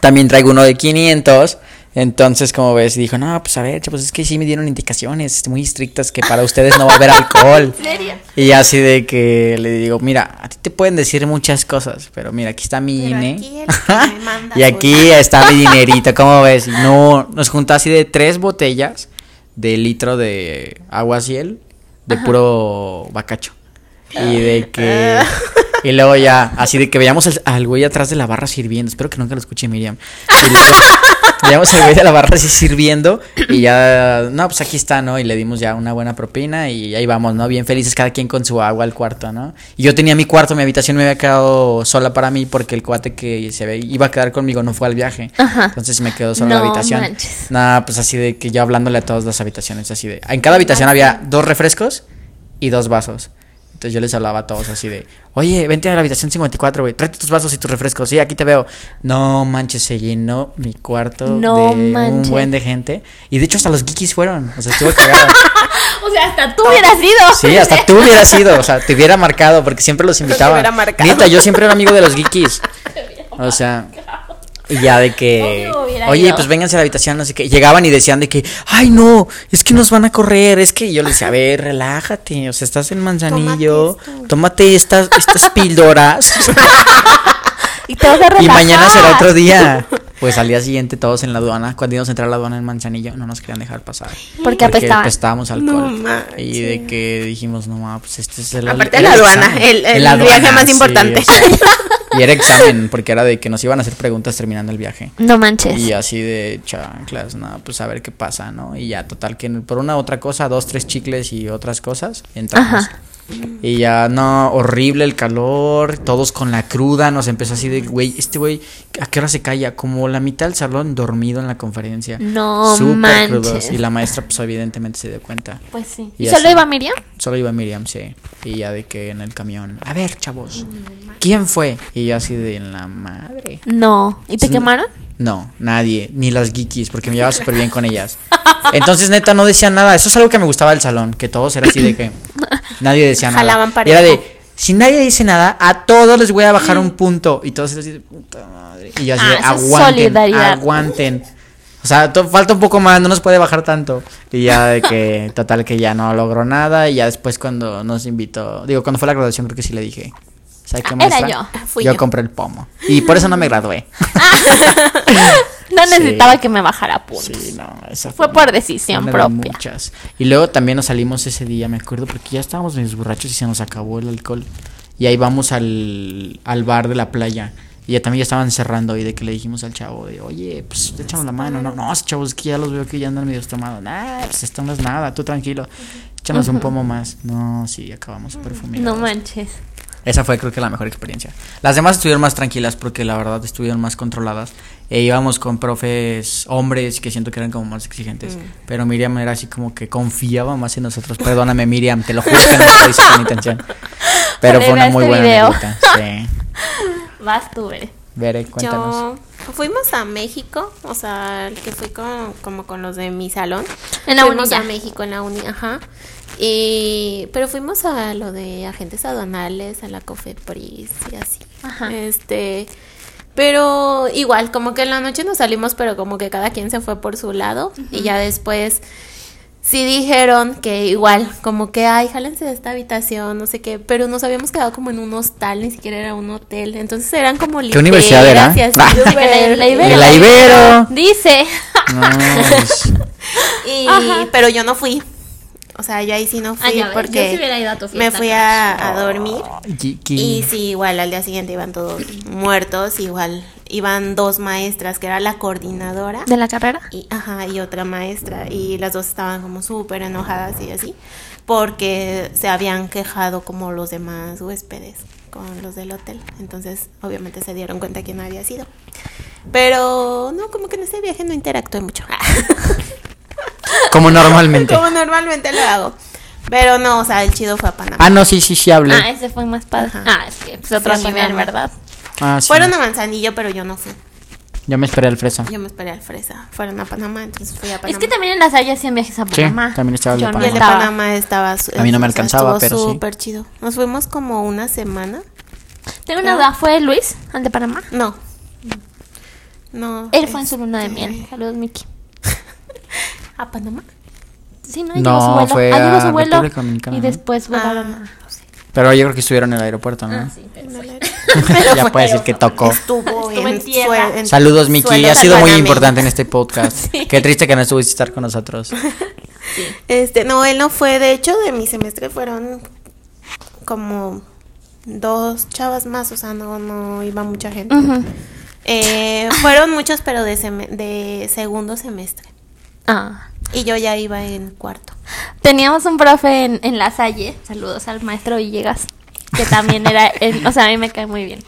[SPEAKER 3] también traigo uno de 500. Entonces, como ves, dijo, no, pues a ver, pues es que sí me dieron indicaciones muy estrictas que para ustedes no va a haber alcohol.
[SPEAKER 1] ¿En serio?
[SPEAKER 3] Y así de que le digo, mira, a ti te pueden decir muchas cosas, pero mira, aquí está mi
[SPEAKER 2] Pero
[SPEAKER 3] INE.
[SPEAKER 2] aquí el que me manda
[SPEAKER 3] y aquí está mi dinerito, ¿cómo ves? Y No, nos junta así de tres botellas de litro de agua ciel de puro bacacho. Y de que... Y luego ya, así de que veíamos al, al güey atrás de la barra sirviendo. Espero que nunca lo escuche Miriam. Y luego veíamos al güey de la barra así sirviendo. Y ya, no, pues aquí está, ¿no? Y le dimos ya una buena propina. Y ahí vamos, ¿no? Bien felices, cada quien con su agua al cuarto, ¿no? Y yo tenía mi cuarto, mi habitación me había quedado sola para mí. Porque el cuate que se ve- iba a quedar conmigo no fue al viaje.
[SPEAKER 1] Ajá.
[SPEAKER 3] Entonces me quedó solo la
[SPEAKER 1] No
[SPEAKER 3] habitación.
[SPEAKER 1] manches.
[SPEAKER 3] Nada, pues así de que yo hablándole a todas las habitaciones, así de. En cada habitación había dos refrescos y dos vasos. Entonces yo les hablaba a todos así de, oye, vente a la habitación 54, güey, tráete tus vasos y tus refrescos, sí, aquí te veo. No manches, se llenó mi cuarto
[SPEAKER 1] No
[SPEAKER 3] de
[SPEAKER 1] manches.
[SPEAKER 3] un buen de gente. Y de hecho hasta los geekies fueron, o sea, estuvo cagado.
[SPEAKER 1] O sea, hasta tú hubieras ido.
[SPEAKER 3] Sí, hasta tú hubieras ido, o sea, te hubiera marcado porque siempre los invitaba.
[SPEAKER 2] hubiera marcado.
[SPEAKER 3] Neta, yo siempre era amigo de los geekies. O sea, y ya de que,
[SPEAKER 1] Obvio hubiera
[SPEAKER 3] oye,
[SPEAKER 1] ido.
[SPEAKER 3] pues vénganse a la habitación, no sé qué. Llegaban y decían de que, ay, no, es que nos van a correr, es que y yo les decía, a ver, relájate, o sea, estás en Manzanillo, tómate estas, estas píldoras
[SPEAKER 1] Y te vas a
[SPEAKER 3] y
[SPEAKER 1] relajar.
[SPEAKER 3] mañana será otro día. Pues al día siguiente todos en la aduana, cuando íbamos a entrar a la aduana en Manzanillo, no nos querían dejar pasar.
[SPEAKER 1] Porque apestaban.
[SPEAKER 3] apestábamos
[SPEAKER 2] No
[SPEAKER 3] alcohol.
[SPEAKER 2] manches.
[SPEAKER 3] y de que dijimos, no, ma, pues este es el
[SPEAKER 2] Aparte
[SPEAKER 3] el
[SPEAKER 2] la aduana,
[SPEAKER 3] examen".
[SPEAKER 2] el- el
[SPEAKER 3] aduana,
[SPEAKER 2] viaje más importante.
[SPEAKER 3] y era examen, porque era de que nos iban a hacer preguntas terminando el viaje.
[SPEAKER 1] No manches.
[SPEAKER 3] Y así de chanclas, nada, pues a ver qué pasa, ¿no? Y ya, total, que por una otra cosa, dos, tres chicles y otras cosas, entramos.
[SPEAKER 1] Ajá.
[SPEAKER 3] Y ya, no, horrible el calor, todos con la cruda, nos empezó así de, güey, este güey, ¿a qué hora se calla? Como la mitad del salón dormido en la conferencia.
[SPEAKER 1] No
[SPEAKER 3] Súper crudos.
[SPEAKER 1] manches.
[SPEAKER 3] Y la maestra, pues evidentemente se dio cuenta.
[SPEAKER 1] Pues sí.
[SPEAKER 3] Y
[SPEAKER 1] ¿Y, solo
[SPEAKER 3] así.
[SPEAKER 1] iba Miriam?
[SPEAKER 3] Solo iba Miriam, sí. Y ya de que en el camión, a ver, chavos, ¿quién fue? Y yo así de la madre.
[SPEAKER 1] No. ¿Y te
[SPEAKER 3] Entonces,
[SPEAKER 1] quemaron?
[SPEAKER 3] No, nadie, ni las geekies, porque me llevaba súper bien con ellas. Entonces, neta, no decían nada. Eso es algo que me gustaba del salón, que todos era así de que nadie decía nada.
[SPEAKER 2] Jalaban
[SPEAKER 3] Y
[SPEAKER 2] parejo.
[SPEAKER 3] era de, si nadie dice nada, a todos les voy a bajar un punto. Y todos así de, puta madre. Y yo así
[SPEAKER 1] Mm. Ah, eso
[SPEAKER 3] de,
[SPEAKER 1] es
[SPEAKER 3] aguanten,
[SPEAKER 1] solidaridad.
[SPEAKER 3] aguanten. O sea, to- falta un poco más, no nos puede bajar tanto. Y ya de que, total, que ya no logró nada. Y ya después cuando nos invitó, digo, cuando fue la graduación, creo que sí le dije. ¿Sabe qué,
[SPEAKER 1] Ah, era
[SPEAKER 3] maestra?
[SPEAKER 1] yo.
[SPEAKER 2] Fui
[SPEAKER 3] yo
[SPEAKER 2] yo.
[SPEAKER 3] compré el pomo. Y por eso no me gradué.
[SPEAKER 1] No
[SPEAKER 3] Sí.
[SPEAKER 1] necesitaba que me bajara puntos.
[SPEAKER 3] Sí, no, esa
[SPEAKER 1] Fue por decisión
[SPEAKER 3] una de
[SPEAKER 1] propia.
[SPEAKER 3] muchas. Y luego también nos salimos ese día, me acuerdo, porque ya estábamos medio borrachos y se nos acabó el alcohol. Y ahí vamos al, al bar de la playa. Y ya también ya estaban cerrando y de que le dijimos al chavo de, oye, pues te echamos la mano. No, no, esos chavos que ya los veo que ya andan medio tomados. Nah, pues esto no es nada, tú tranquilo. Échanos un pomo más. No, sí, acabamos perfumidos.
[SPEAKER 1] No manches.
[SPEAKER 3] Esa fue creo que la mejor experiencia. Las demás estuvieron más tranquilas porque la verdad estuvieron más controladas. E íbamos con profes hombres que siento que eran como más exigentes.
[SPEAKER 1] Mm.
[SPEAKER 3] Pero Miriam era así como que confiaba más en nosotros. Perdóname Miriam, te lo juro que no lo hice con intención. Pero
[SPEAKER 1] Vale,
[SPEAKER 3] fue una
[SPEAKER 1] vea
[SPEAKER 3] muy
[SPEAKER 1] este
[SPEAKER 3] buena
[SPEAKER 1] video.
[SPEAKER 3] anécdota. Sí.
[SPEAKER 1] Vas tú, Bere.
[SPEAKER 3] Veré, cuéntanos.
[SPEAKER 2] Yo fuimos a México, o sea, el que fui con, como con los de mi salón.
[SPEAKER 1] En la
[SPEAKER 2] fuimos
[SPEAKER 1] uni ya.
[SPEAKER 2] a México en la uni, ajá. Y, pero fuimos a lo de agentes aduanales, a la COFEPRIS y así.
[SPEAKER 1] Ajá.
[SPEAKER 2] Este, pero igual, como que en la noche nos salimos, pero como que cada quien se fue por su lado y ya después sí dijeron que igual, como que, ay, jálense de esta habitación, no sé qué, pero nos habíamos quedado como en un hostal, ni siquiera era un hotel, entonces eran como
[SPEAKER 3] ¿Qué universidad era? ¿eh?
[SPEAKER 2] literas y así, súper-
[SPEAKER 1] La Ibero.
[SPEAKER 3] La Ibero.
[SPEAKER 1] Dice.
[SPEAKER 3] No, pues,
[SPEAKER 2] Y-
[SPEAKER 1] Ajá.
[SPEAKER 2] pero yo no fui. O sea, yo ahí sí no
[SPEAKER 1] Ah,
[SPEAKER 2] fui
[SPEAKER 1] ya ves, yo sí hubiera
[SPEAKER 2] porque
[SPEAKER 1] ido a tu
[SPEAKER 2] me
[SPEAKER 1] fiesta,
[SPEAKER 2] fui a, a dormir.
[SPEAKER 3] qui- qui-
[SPEAKER 2] Y sí, igual al día siguiente iban todos muertos, igual iban dos maestras, que era la coordinadora
[SPEAKER 1] ¿De la carrera?
[SPEAKER 2] y, ajá, y otra maestra, y las dos estaban como súper enojadas y así, porque se habían quejado como los demás huéspedes con los del hotel, entonces obviamente se dieron cuenta que no había sido. Pero no, como que en ese viaje no interactué mucho.
[SPEAKER 3] Como normalmente.
[SPEAKER 2] Como normalmente lo hago. Pero no, o sea, el chido fue a Panamá.
[SPEAKER 3] Ah, no, sí, sí, sí hablé.
[SPEAKER 1] Ah, ese fue más padre.
[SPEAKER 2] Ajá.
[SPEAKER 1] Ah, es que es otro
[SPEAKER 2] Sí,
[SPEAKER 1] nivel,
[SPEAKER 2] Panamá.
[SPEAKER 1] ¿verdad?
[SPEAKER 3] Ah, sí.
[SPEAKER 2] Fueron a Manzanillo, pero yo no fui.
[SPEAKER 3] Yo me esperé al fresa.
[SPEAKER 2] Yo me esperé al Fresa. Fueron a Panamá, entonces fui a Panamá.
[SPEAKER 1] Es que también en las Salle hacían viajes a
[SPEAKER 3] Sí,
[SPEAKER 1] Panamá.
[SPEAKER 3] también estaba el de
[SPEAKER 1] Yo no
[SPEAKER 2] Y el de
[SPEAKER 3] Panamá.
[SPEAKER 1] estaba.
[SPEAKER 2] Panamá estaba... su-
[SPEAKER 3] A mí no me
[SPEAKER 2] o sea,
[SPEAKER 3] alcanzaba,
[SPEAKER 2] estuvo
[SPEAKER 3] pero sí.
[SPEAKER 2] súper chido. Nos fuimos como una semana.
[SPEAKER 1] Tengo una duda, ¿fue Luis al de Panamá?
[SPEAKER 2] No. No.
[SPEAKER 1] Él fue en su
[SPEAKER 2] este,
[SPEAKER 1] luna de miel. Saludos, Miki.
[SPEAKER 2] ¿A Panamá?
[SPEAKER 1] Sí, no,
[SPEAKER 3] No,
[SPEAKER 1] Ahí llegó su vuelo.
[SPEAKER 3] fue
[SPEAKER 1] Ahí llegó
[SPEAKER 3] a
[SPEAKER 1] su vuelo
[SPEAKER 3] República Dominicana,
[SPEAKER 1] y
[SPEAKER 3] ¿no?
[SPEAKER 1] después volaron
[SPEAKER 2] Ah.
[SPEAKER 1] a
[SPEAKER 3] Pero yo creo que estuvieron en el aeropuerto, ¿no?
[SPEAKER 1] Ah,
[SPEAKER 3] ya puedes decir que tocó.
[SPEAKER 2] Estuvo,
[SPEAKER 1] Estuvo en
[SPEAKER 2] en,
[SPEAKER 1] tierra.
[SPEAKER 2] sue- en
[SPEAKER 3] Saludos, Miki.
[SPEAKER 2] suelo
[SPEAKER 3] Ha sido muy
[SPEAKER 2] panameño.
[SPEAKER 3] importante en este podcast. Qué triste que no estuviste estar con nosotros.
[SPEAKER 2] Este, no, él no fue. De hecho, de mi semestre fueron como dos chavas más, o sea, no, no iba mucha gente.
[SPEAKER 1] Ujú. Ah.
[SPEAKER 2] Eh, fueron muchos, pero de, seme- de segundo semestre.
[SPEAKER 1] Ah.
[SPEAKER 2] Y yo ya iba en cuarto.
[SPEAKER 1] Teníamos un profe en, en la Salle, saludos al maestro Villegas, que también era, él, o sea, a mí me cae muy bien.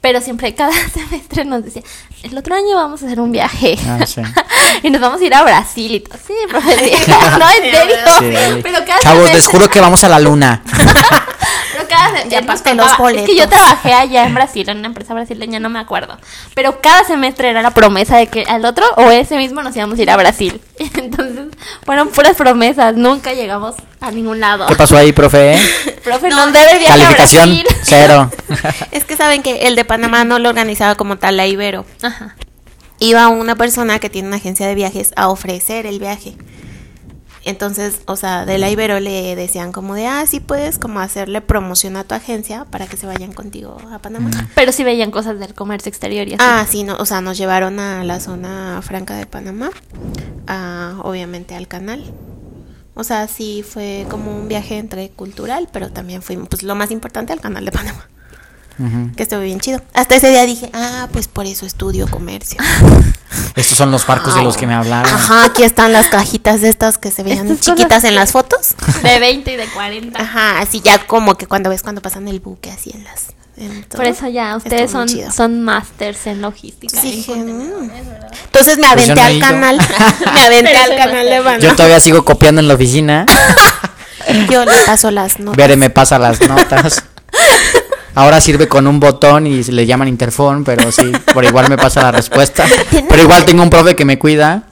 [SPEAKER 1] Pero siempre, cada semestre nos decía, el otro año vamos a hacer un viaje.
[SPEAKER 3] Ah, sí.
[SPEAKER 1] y nos vamos a ir a Brasil y todo. Sí, profe, sí. no, en serio.
[SPEAKER 3] Sí.
[SPEAKER 1] Pero cada
[SPEAKER 3] Chavos, les
[SPEAKER 1] semestre-
[SPEAKER 3] juro que vamos a la luna.
[SPEAKER 1] Pero cada se-
[SPEAKER 2] Ya
[SPEAKER 1] él nos
[SPEAKER 2] pasé
[SPEAKER 1] contaba-
[SPEAKER 2] los
[SPEAKER 1] Es que yo
[SPEAKER 2] boletos.
[SPEAKER 1] trabajé allá en Brasil, en una empresa brasileña, no me acuerdo. Pero cada semestre era la promesa de que al otro o ese mismo nos íbamos a ir a Brasil. Entonces, fueron puras promesas, nunca llegamos a ningún lado.
[SPEAKER 3] ¿Qué pasó ahí, profe?
[SPEAKER 1] Profe,
[SPEAKER 2] No,
[SPEAKER 1] no, debe viajar a
[SPEAKER 3] Calificación
[SPEAKER 1] Brasil.
[SPEAKER 3] cero.
[SPEAKER 2] Es que saben que el de Panamá no lo organizaba como tal la Ibero.
[SPEAKER 1] Ajá.
[SPEAKER 2] Iba una persona que tiene una agencia de viajes a ofrecer el viaje. Entonces, o sea, de la Ibero le decían como de, ah, sí puedes como hacerle promoción a tu agencia para que se vayan contigo a Panamá.
[SPEAKER 1] Pero sí veían cosas del comercio exterior y así.
[SPEAKER 2] Ah, sí, no, o sea, nos llevaron a la zona franca de Panamá, a, obviamente al canal. O sea, sí fue como un viaje entre cultural, pero también fuimos, pues lo más importante, al canal de Panamá,
[SPEAKER 3] Ujú.
[SPEAKER 2] que estuvo bien chido. Hasta ese día dije, ah, pues por eso estudio comercio.
[SPEAKER 3] Estos son los barcos de los que me hablaron.
[SPEAKER 2] Ajá, aquí están las cajitas de estas que se veían
[SPEAKER 1] Estas
[SPEAKER 2] chiquitas
[SPEAKER 1] cosas-
[SPEAKER 2] en las fotos.
[SPEAKER 1] De 20 y de 40.
[SPEAKER 2] Ajá, así ya como que cuando ves cuando pasan el buque así en las... en todo.
[SPEAKER 1] Por eso ya, ustedes
[SPEAKER 2] Estuvo
[SPEAKER 1] son,
[SPEAKER 2] muy chido.
[SPEAKER 1] son masters en logística.
[SPEAKER 2] Sí,
[SPEAKER 1] en
[SPEAKER 2] dije,
[SPEAKER 1] contenedores,
[SPEAKER 2] mm.
[SPEAKER 1] ¿verdad?
[SPEAKER 2] Entonces me
[SPEAKER 3] Pues yo
[SPEAKER 2] aventé
[SPEAKER 3] no he
[SPEAKER 2] al
[SPEAKER 3] ido.
[SPEAKER 2] canal. me aventé
[SPEAKER 1] Pero
[SPEAKER 2] al
[SPEAKER 1] soy
[SPEAKER 2] canal de
[SPEAKER 1] bastante.
[SPEAKER 2] Panamá.
[SPEAKER 3] Yo todavía sigo copiando en la oficina.
[SPEAKER 2] Yo le paso las notas.
[SPEAKER 3] Veré, me pasa las notas. Ahora sirve con un botón y le llaman interfón, pero sí, por igual me pasa la respuesta. Pero igual tengo un profe que me cuida.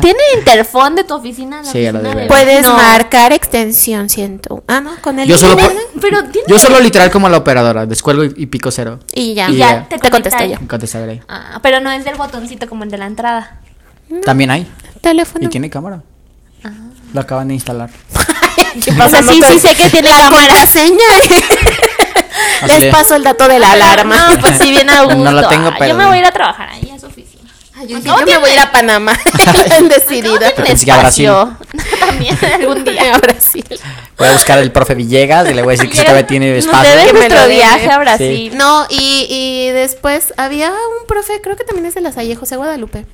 [SPEAKER 1] ¿Tiene interfón de tu oficina? La
[SPEAKER 3] Sí, ya lo
[SPEAKER 1] oficina
[SPEAKER 3] debe.
[SPEAKER 1] de-
[SPEAKER 2] Puedes
[SPEAKER 1] No.
[SPEAKER 2] marcar extensión 100. Ah, no, con el
[SPEAKER 3] Yo solo,
[SPEAKER 2] número,
[SPEAKER 3] por-
[SPEAKER 2] ¿no?
[SPEAKER 1] Pero tiene-
[SPEAKER 3] yo solo literal como la operadora, descuelgo y, y pico cero.
[SPEAKER 2] Y ya,
[SPEAKER 3] Y
[SPEAKER 2] ya
[SPEAKER 3] ya.
[SPEAKER 2] te,
[SPEAKER 1] Te
[SPEAKER 2] contesté yo.
[SPEAKER 1] contesta
[SPEAKER 3] Contestar ahí.
[SPEAKER 1] Ah, pero no es del botoncito como el de la entrada.
[SPEAKER 3] También hay. Y
[SPEAKER 2] Teléfono.
[SPEAKER 3] tiene cámara.
[SPEAKER 2] Ah.
[SPEAKER 3] Lo acaban de instalar.
[SPEAKER 2] ¿Qué
[SPEAKER 1] O sea,
[SPEAKER 2] pasa?
[SPEAKER 1] sí,
[SPEAKER 2] No
[SPEAKER 1] sí
[SPEAKER 2] te-
[SPEAKER 1] sé que tiene
[SPEAKER 2] la
[SPEAKER 1] cámara.
[SPEAKER 2] contraseña.
[SPEAKER 3] Así
[SPEAKER 2] Les
[SPEAKER 3] de-
[SPEAKER 2] paso el dato de la alarma.
[SPEAKER 1] No, pues sí, bien a
[SPEAKER 3] No
[SPEAKER 1] gusto.
[SPEAKER 3] la tengo,
[SPEAKER 1] Ah,
[SPEAKER 3] pero-
[SPEAKER 1] Yo me voy a ir a trabajar ahí a su oficina.
[SPEAKER 2] Yo,
[SPEAKER 1] Acabo
[SPEAKER 2] me
[SPEAKER 1] tiene-
[SPEAKER 2] voy a ir a Panamá. Bien decidida.
[SPEAKER 1] acabo tiene
[SPEAKER 3] Pensé que a
[SPEAKER 1] espacio. También algún día.
[SPEAKER 2] A Brasil.
[SPEAKER 3] Voy a buscar al profe Villegas y le voy a decir que si todavía tiene
[SPEAKER 1] Nos
[SPEAKER 3] espacio.
[SPEAKER 1] debe
[SPEAKER 2] Que me
[SPEAKER 1] nuestro
[SPEAKER 2] lo debe.
[SPEAKER 1] viaje a
[SPEAKER 2] Sí.
[SPEAKER 1] Brasil.
[SPEAKER 2] No, y, y después había un profe, creo que también es de la Salle, José Guadalupe.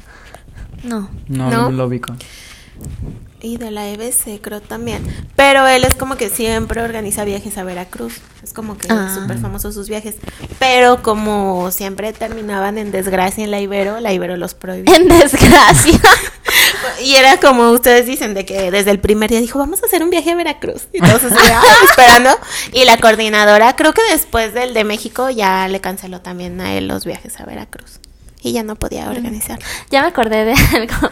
[SPEAKER 1] No.
[SPEAKER 3] No,
[SPEAKER 2] No.
[SPEAKER 3] no lo ubico.
[SPEAKER 2] Y de la EBC creo también. Pero él es como que siempre organiza viajes a Veracruz. Es como que
[SPEAKER 1] Ah.
[SPEAKER 2] súper famoso sus viajes. Pero como siempre terminaban en desgracia en la Ibero, la Ibero los prohibió.
[SPEAKER 1] En desgracia.
[SPEAKER 2] y era como ustedes dicen, de que desde el primer día dijo, vamos a hacer un viaje a Veracruz. Y todos así, "Ah", esperando. Y la coordinadora, creo que después del de México, ya le canceló también a él los viajes a Veracruz. Y ya no podía organizar.
[SPEAKER 1] Ya me acordé de algo.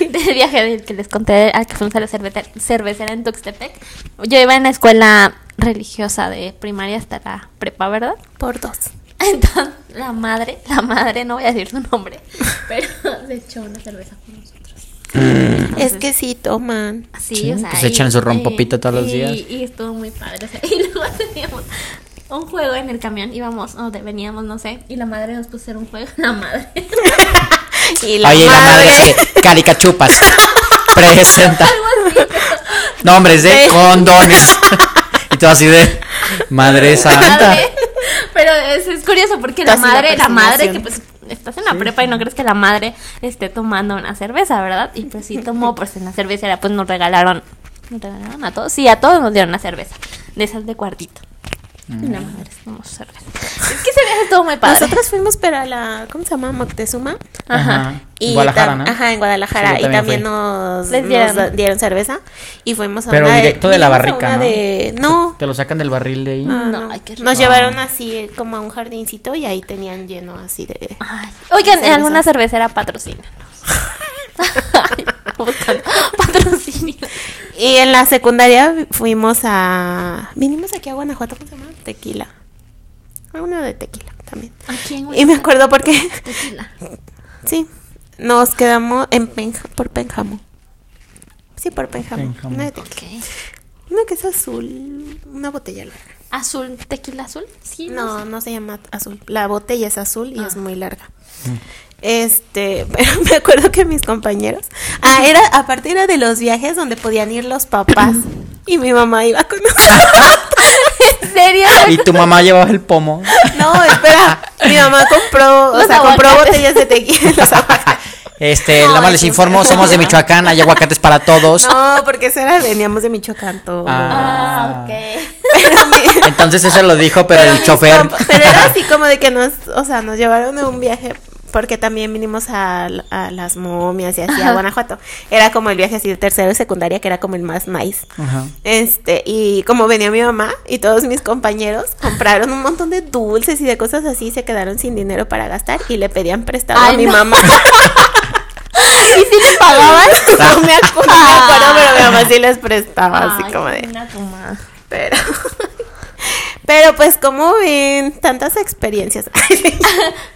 [SPEAKER 1] Del viaje del que les conté al que fuimos a la cervete- cervecera en Tuxtepec. Yo iba en la escuela religiosa de primaria hasta la prepa, ¿verdad?
[SPEAKER 2] Por dos.
[SPEAKER 1] Entonces, la madre, la madre, no voy a decir su nombre, pero se echó una cerveza con nosotros.
[SPEAKER 2] Es que sí toman.
[SPEAKER 1] Sí,
[SPEAKER 3] Sí,
[SPEAKER 1] o sea,
[SPEAKER 3] pues echan su rompopita todos los días.
[SPEAKER 1] Y, y estuvo muy padre. o sea, y luego teníamos un juego en el camión, íbamos, o de- veníamos, no sé, y la madre nos puso a hacer un juego. La madre.
[SPEAKER 2] Y
[SPEAKER 3] Oye, y la madre así de, caricachupas. Presenta. Nombres de condones. y todo así de madre santa.
[SPEAKER 1] Madre. Pero es, es curioso porque la
[SPEAKER 2] Casi la
[SPEAKER 1] madre, la madre
[SPEAKER 2] aproximación.
[SPEAKER 1] que pues estás en la prepa y no crees que la madre esté tomando una cerveza, ¿verdad? Y pues sí tomó, pues en la cervecera pues nos regalaron, nos regalaron a todos, sí, a todos nos dieron una cerveza, de esas de cuartito. Y la madre tomamos cerveza. Es que se ve todo muy padre.
[SPEAKER 2] Nosotros fuimos para la, ¿cómo se llama? Moctezuma.
[SPEAKER 3] Ajá.
[SPEAKER 2] Y
[SPEAKER 3] Guadalajara,
[SPEAKER 2] tam-
[SPEAKER 3] ¿no?
[SPEAKER 2] Ajá, en
[SPEAKER 3] Sí,
[SPEAKER 2] Guadalajara.
[SPEAKER 3] yo
[SPEAKER 2] y también
[SPEAKER 3] también fui.
[SPEAKER 2] nos,
[SPEAKER 1] Les
[SPEAKER 2] nos
[SPEAKER 1] dieron.
[SPEAKER 2] da- dieron cerveza. Y fuimos a
[SPEAKER 3] Pero
[SPEAKER 2] una
[SPEAKER 3] directo de la
[SPEAKER 2] vinimos a
[SPEAKER 3] barrica,
[SPEAKER 2] una
[SPEAKER 3] ¿no?
[SPEAKER 2] de- no.
[SPEAKER 3] Te lo sacan del barril de ahí.
[SPEAKER 2] Ah,
[SPEAKER 1] No,
[SPEAKER 2] no.
[SPEAKER 1] ay, qué rico.
[SPEAKER 2] Nos llevaron así eh, como a un jardincito y ahí tenían lleno así de...
[SPEAKER 1] Ay, Oigan,
[SPEAKER 2] Cerveza.
[SPEAKER 1] alguna cervecera patrocínanos. Ay, buscando patrocinio.
[SPEAKER 2] Y en la secundaria fuimos a... Vinimos aquí a Guanajuato, ¿cómo se llama? Tequila. Alguno de tequila también.
[SPEAKER 1] ¿A quién?
[SPEAKER 2] Y me acuerdo porque...
[SPEAKER 1] Tequila.
[SPEAKER 2] Sí, nos quedamos en Penja, por Penjamo. Sí, por Penjamo.
[SPEAKER 3] Pénjamo.
[SPEAKER 2] Una, de tequila.
[SPEAKER 1] Ok.
[SPEAKER 2] Una que es azul, una botella larga.
[SPEAKER 1] Azul, tequila azul. Sí,
[SPEAKER 2] No, no se llama azul. La botella es azul y es muy larga.
[SPEAKER 3] Mm.
[SPEAKER 2] Este, pero me acuerdo que mis compañeros, ah, era, aparte era de los viajes donde podían ir los papás y mi mamá iba con nosotros.
[SPEAKER 1] ¿En serio?
[SPEAKER 3] Ah, Y tu mamá llevaba el pomo.
[SPEAKER 2] No, espera, mi mamá compró, o
[SPEAKER 1] Los
[SPEAKER 2] sea, compró
[SPEAKER 1] aguacates.
[SPEAKER 2] botellas de tequila. los aguacates.
[SPEAKER 3] Este,
[SPEAKER 2] No,
[SPEAKER 3] nada más
[SPEAKER 2] eso
[SPEAKER 3] les
[SPEAKER 2] sí.
[SPEAKER 3] informo, somos de Michoacán, hay aguacates para todos.
[SPEAKER 2] No, porque eso era, veníamos de Michoacán todos.
[SPEAKER 1] Ah,
[SPEAKER 3] Ah.
[SPEAKER 1] ok.
[SPEAKER 2] Pero mi-
[SPEAKER 3] Entonces eso lo dijo, pero, el
[SPEAKER 2] mis
[SPEAKER 3] chofer.
[SPEAKER 2] compa- Pero era así como de que nos, o sea, nos llevaron a un viaje porque también vinimos a, a las momias y así a Guanajuato. Era como el viaje así de tercero y secundaria que era como el más nice.
[SPEAKER 3] Ajá.
[SPEAKER 2] Este, y como venía mi mamá y todos mis compañeros compraron un montón de dulces y de cosas así, se quedaron sin dinero para gastar y le pedían prestado a
[SPEAKER 1] Ay,
[SPEAKER 2] mi
[SPEAKER 1] no.
[SPEAKER 2] mamá.
[SPEAKER 1] ¿Y si le pagaban?
[SPEAKER 2] No me acuerdo, no me acuerdo, pero mi mamá sí les prestaba, así
[SPEAKER 1] Ay,
[SPEAKER 2] como de.
[SPEAKER 1] una tomada.
[SPEAKER 2] Pero. Pero pues, como ven, tantas experiencias.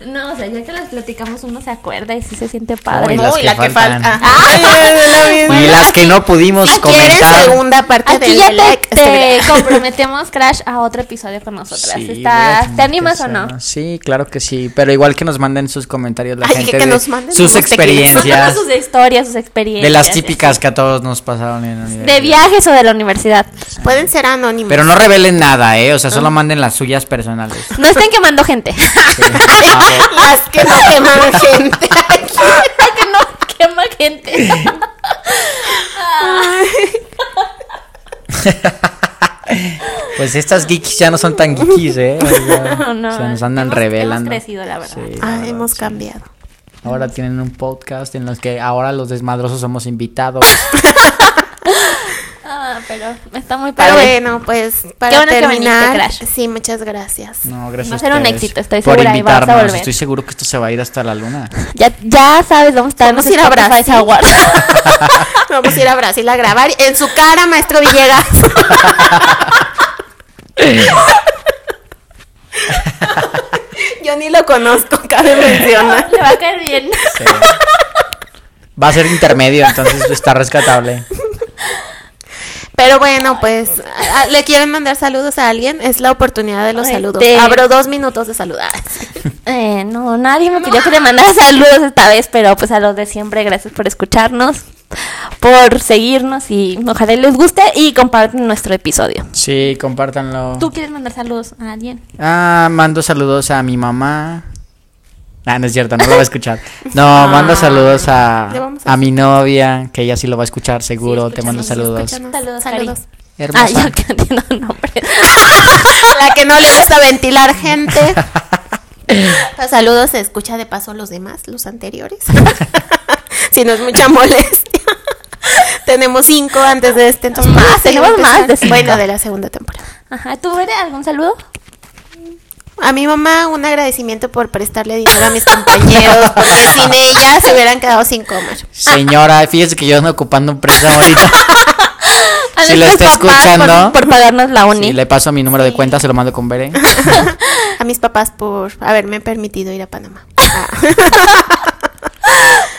[SPEAKER 1] No, o sea, ya que las platicamos uno se acuerda y sí se siente
[SPEAKER 3] Uy,
[SPEAKER 1] padre.
[SPEAKER 3] las
[SPEAKER 2] Uy,
[SPEAKER 3] que
[SPEAKER 2] la que
[SPEAKER 3] faltan.
[SPEAKER 2] falta.
[SPEAKER 1] Ay,
[SPEAKER 2] Ay, la
[SPEAKER 3] y
[SPEAKER 2] misma.
[SPEAKER 3] las que no pudimos
[SPEAKER 2] Si quieren
[SPEAKER 3] comentar.
[SPEAKER 2] segunda parte
[SPEAKER 1] Aquí
[SPEAKER 2] del
[SPEAKER 1] ya
[SPEAKER 2] like,
[SPEAKER 1] te, te
[SPEAKER 2] este-
[SPEAKER 1] comprometemos, Crash, a otro episodio con nosotras.
[SPEAKER 3] Sí, voy a
[SPEAKER 1] Está-
[SPEAKER 3] tener
[SPEAKER 1] ¿Te animas
[SPEAKER 3] que
[SPEAKER 1] o no?
[SPEAKER 3] hacerlo. Sí, claro que sí. Pero igual que nos manden sus comentarios la
[SPEAKER 2] Ay,
[SPEAKER 3] gente
[SPEAKER 2] que- que
[SPEAKER 3] de
[SPEAKER 2] nos manden
[SPEAKER 3] sus
[SPEAKER 2] unos tequilas.
[SPEAKER 3] experiencias,
[SPEAKER 1] Sus historias, sus experiencias.
[SPEAKER 3] de las típicas que a todos nos pasaron en la universidad.
[SPEAKER 1] De viajes o de la universidad.
[SPEAKER 2] Pueden ser anónimos.
[SPEAKER 3] Pero no revelen nada, ¿eh? O sea,
[SPEAKER 1] Ah.
[SPEAKER 3] solo manden las suyas personales.
[SPEAKER 1] No estén quemando gente.
[SPEAKER 3] Sí. Ah,
[SPEAKER 2] Las que no queman gente.
[SPEAKER 1] Ay, que no quema gente.
[SPEAKER 3] Pues estas geeks ya no son tan geekies, ¿eh? O sea,
[SPEAKER 1] No, no,
[SPEAKER 3] o sea, nos andan
[SPEAKER 1] hemos-
[SPEAKER 3] revelando.
[SPEAKER 1] hemos crecido, la verdad.
[SPEAKER 3] Sí, la
[SPEAKER 2] Ah,
[SPEAKER 3] verdad,
[SPEAKER 2] hemos
[SPEAKER 3] sí.
[SPEAKER 2] cambiado.
[SPEAKER 3] Ahora tienen un podcast en los que ahora los desmadrosos somos invitados.
[SPEAKER 1] Ah, pero está muy
[SPEAKER 2] Pero
[SPEAKER 1] padre.
[SPEAKER 2] bueno, pues para
[SPEAKER 1] bueno que
[SPEAKER 2] terminar.
[SPEAKER 1] viniste, Crash.
[SPEAKER 2] sí, muchas gracias.
[SPEAKER 3] No, gracias.
[SPEAKER 1] Va a ser
[SPEAKER 3] a
[SPEAKER 1] un
[SPEAKER 3] ustedes
[SPEAKER 1] éxito, estoy
[SPEAKER 3] por
[SPEAKER 1] segura, y vas a
[SPEAKER 3] invitarnos.
[SPEAKER 1] volver.
[SPEAKER 3] Estoy seguro que esto se va a ir hasta la luna.
[SPEAKER 1] Ya, ya sabes, vamos a estar en
[SPEAKER 2] Vamos a
[SPEAKER 1] los
[SPEAKER 2] ir a
[SPEAKER 1] Spotify
[SPEAKER 2] Brasil.
[SPEAKER 1] Awards.
[SPEAKER 2] Vamos a ir a Brasil a grabar en su cara, maestro Villegas. Yo ni lo conozco, cabe mencionar.
[SPEAKER 1] Le va a caer bien.
[SPEAKER 3] Sí. Va a ser intermedio, entonces está rescatable.
[SPEAKER 2] Pero bueno, pues, a- a- ¿le quieren mandar saludos a alguien? Es la oportunidad de los
[SPEAKER 1] Ay,
[SPEAKER 2] saludos.
[SPEAKER 1] te-
[SPEAKER 2] Abro dos minutos de saludar.
[SPEAKER 1] Eh, no, nadie me pidió que le mandara saludos esta vez, pero pues a los de siempre, gracias por escucharnos, por seguirnos y ojalá y les guste y comparten nuestro episodio.
[SPEAKER 3] Sí, compártanlo.
[SPEAKER 1] ¿Tú quieres mandar saludos a alguien?
[SPEAKER 3] Ah, mando saludos a mi mamá. Ah, no es cierto, no lo va a escuchar. No, mando saludos
[SPEAKER 2] Le
[SPEAKER 3] a,
[SPEAKER 2] vamos a
[SPEAKER 3] a mi novia, que ella sí lo va a escuchar, seguro.
[SPEAKER 2] Sí,
[SPEAKER 3] Te mando
[SPEAKER 2] escúchanos,
[SPEAKER 3] saludos.
[SPEAKER 1] Saludos,
[SPEAKER 2] escúchanos. Saludos.
[SPEAKER 3] Hermosa.
[SPEAKER 1] Ay, yo Ah, que entiendo nombre.
[SPEAKER 2] La que no le gusta ventilar gente. Los saludos se escucha de paso los demás, los anteriores. si no es mucha molestia. Tenemos cinco antes de este, entonces
[SPEAKER 1] Más,
[SPEAKER 2] sí,
[SPEAKER 1] tenemos
[SPEAKER 2] empezar.
[SPEAKER 1] más de cinco.
[SPEAKER 2] Bueno, de la segunda temporada.
[SPEAKER 1] Ajá, ¿tú eres algún saludo?
[SPEAKER 2] A mi mamá un agradecimiento por prestarle dinero a mis compañeros, porque sin ella se hubieran quedado sin comer.
[SPEAKER 3] Señora, fíjese que yo ando ocupando un préstamo ahorita.
[SPEAKER 1] A
[SPEAKER 3] Si lo
[SPEAKER 1] nuestros
[SPEAKER 3] está
[SPEAKER 1] papás por-
[SPEAKER 3] escuchando.
[SPEAKER 1] Por, pagarnos la uni.
[SPEAKER 3] Sí, le paso mi número de cuenta, se lo mando con Bere.
[SPEAKER 2] A mis papás por haberme permitido ir a Panamá. Ah.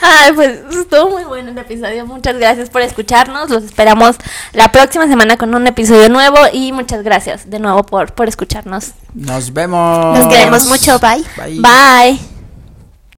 [SPEAKER 1] Ay, pues estuvo muy bueno el episodio. Muchas gracias por escucharnos. Los esperamos la próxima semana con un episodio nuevo y muchas gracias de nuevo por, por escucharnos.
[SPEAKER 3] Nos vemos.
[SPEAKER 2] Nos queremos mucho. Bye.
[SPEAKER 1] Bye.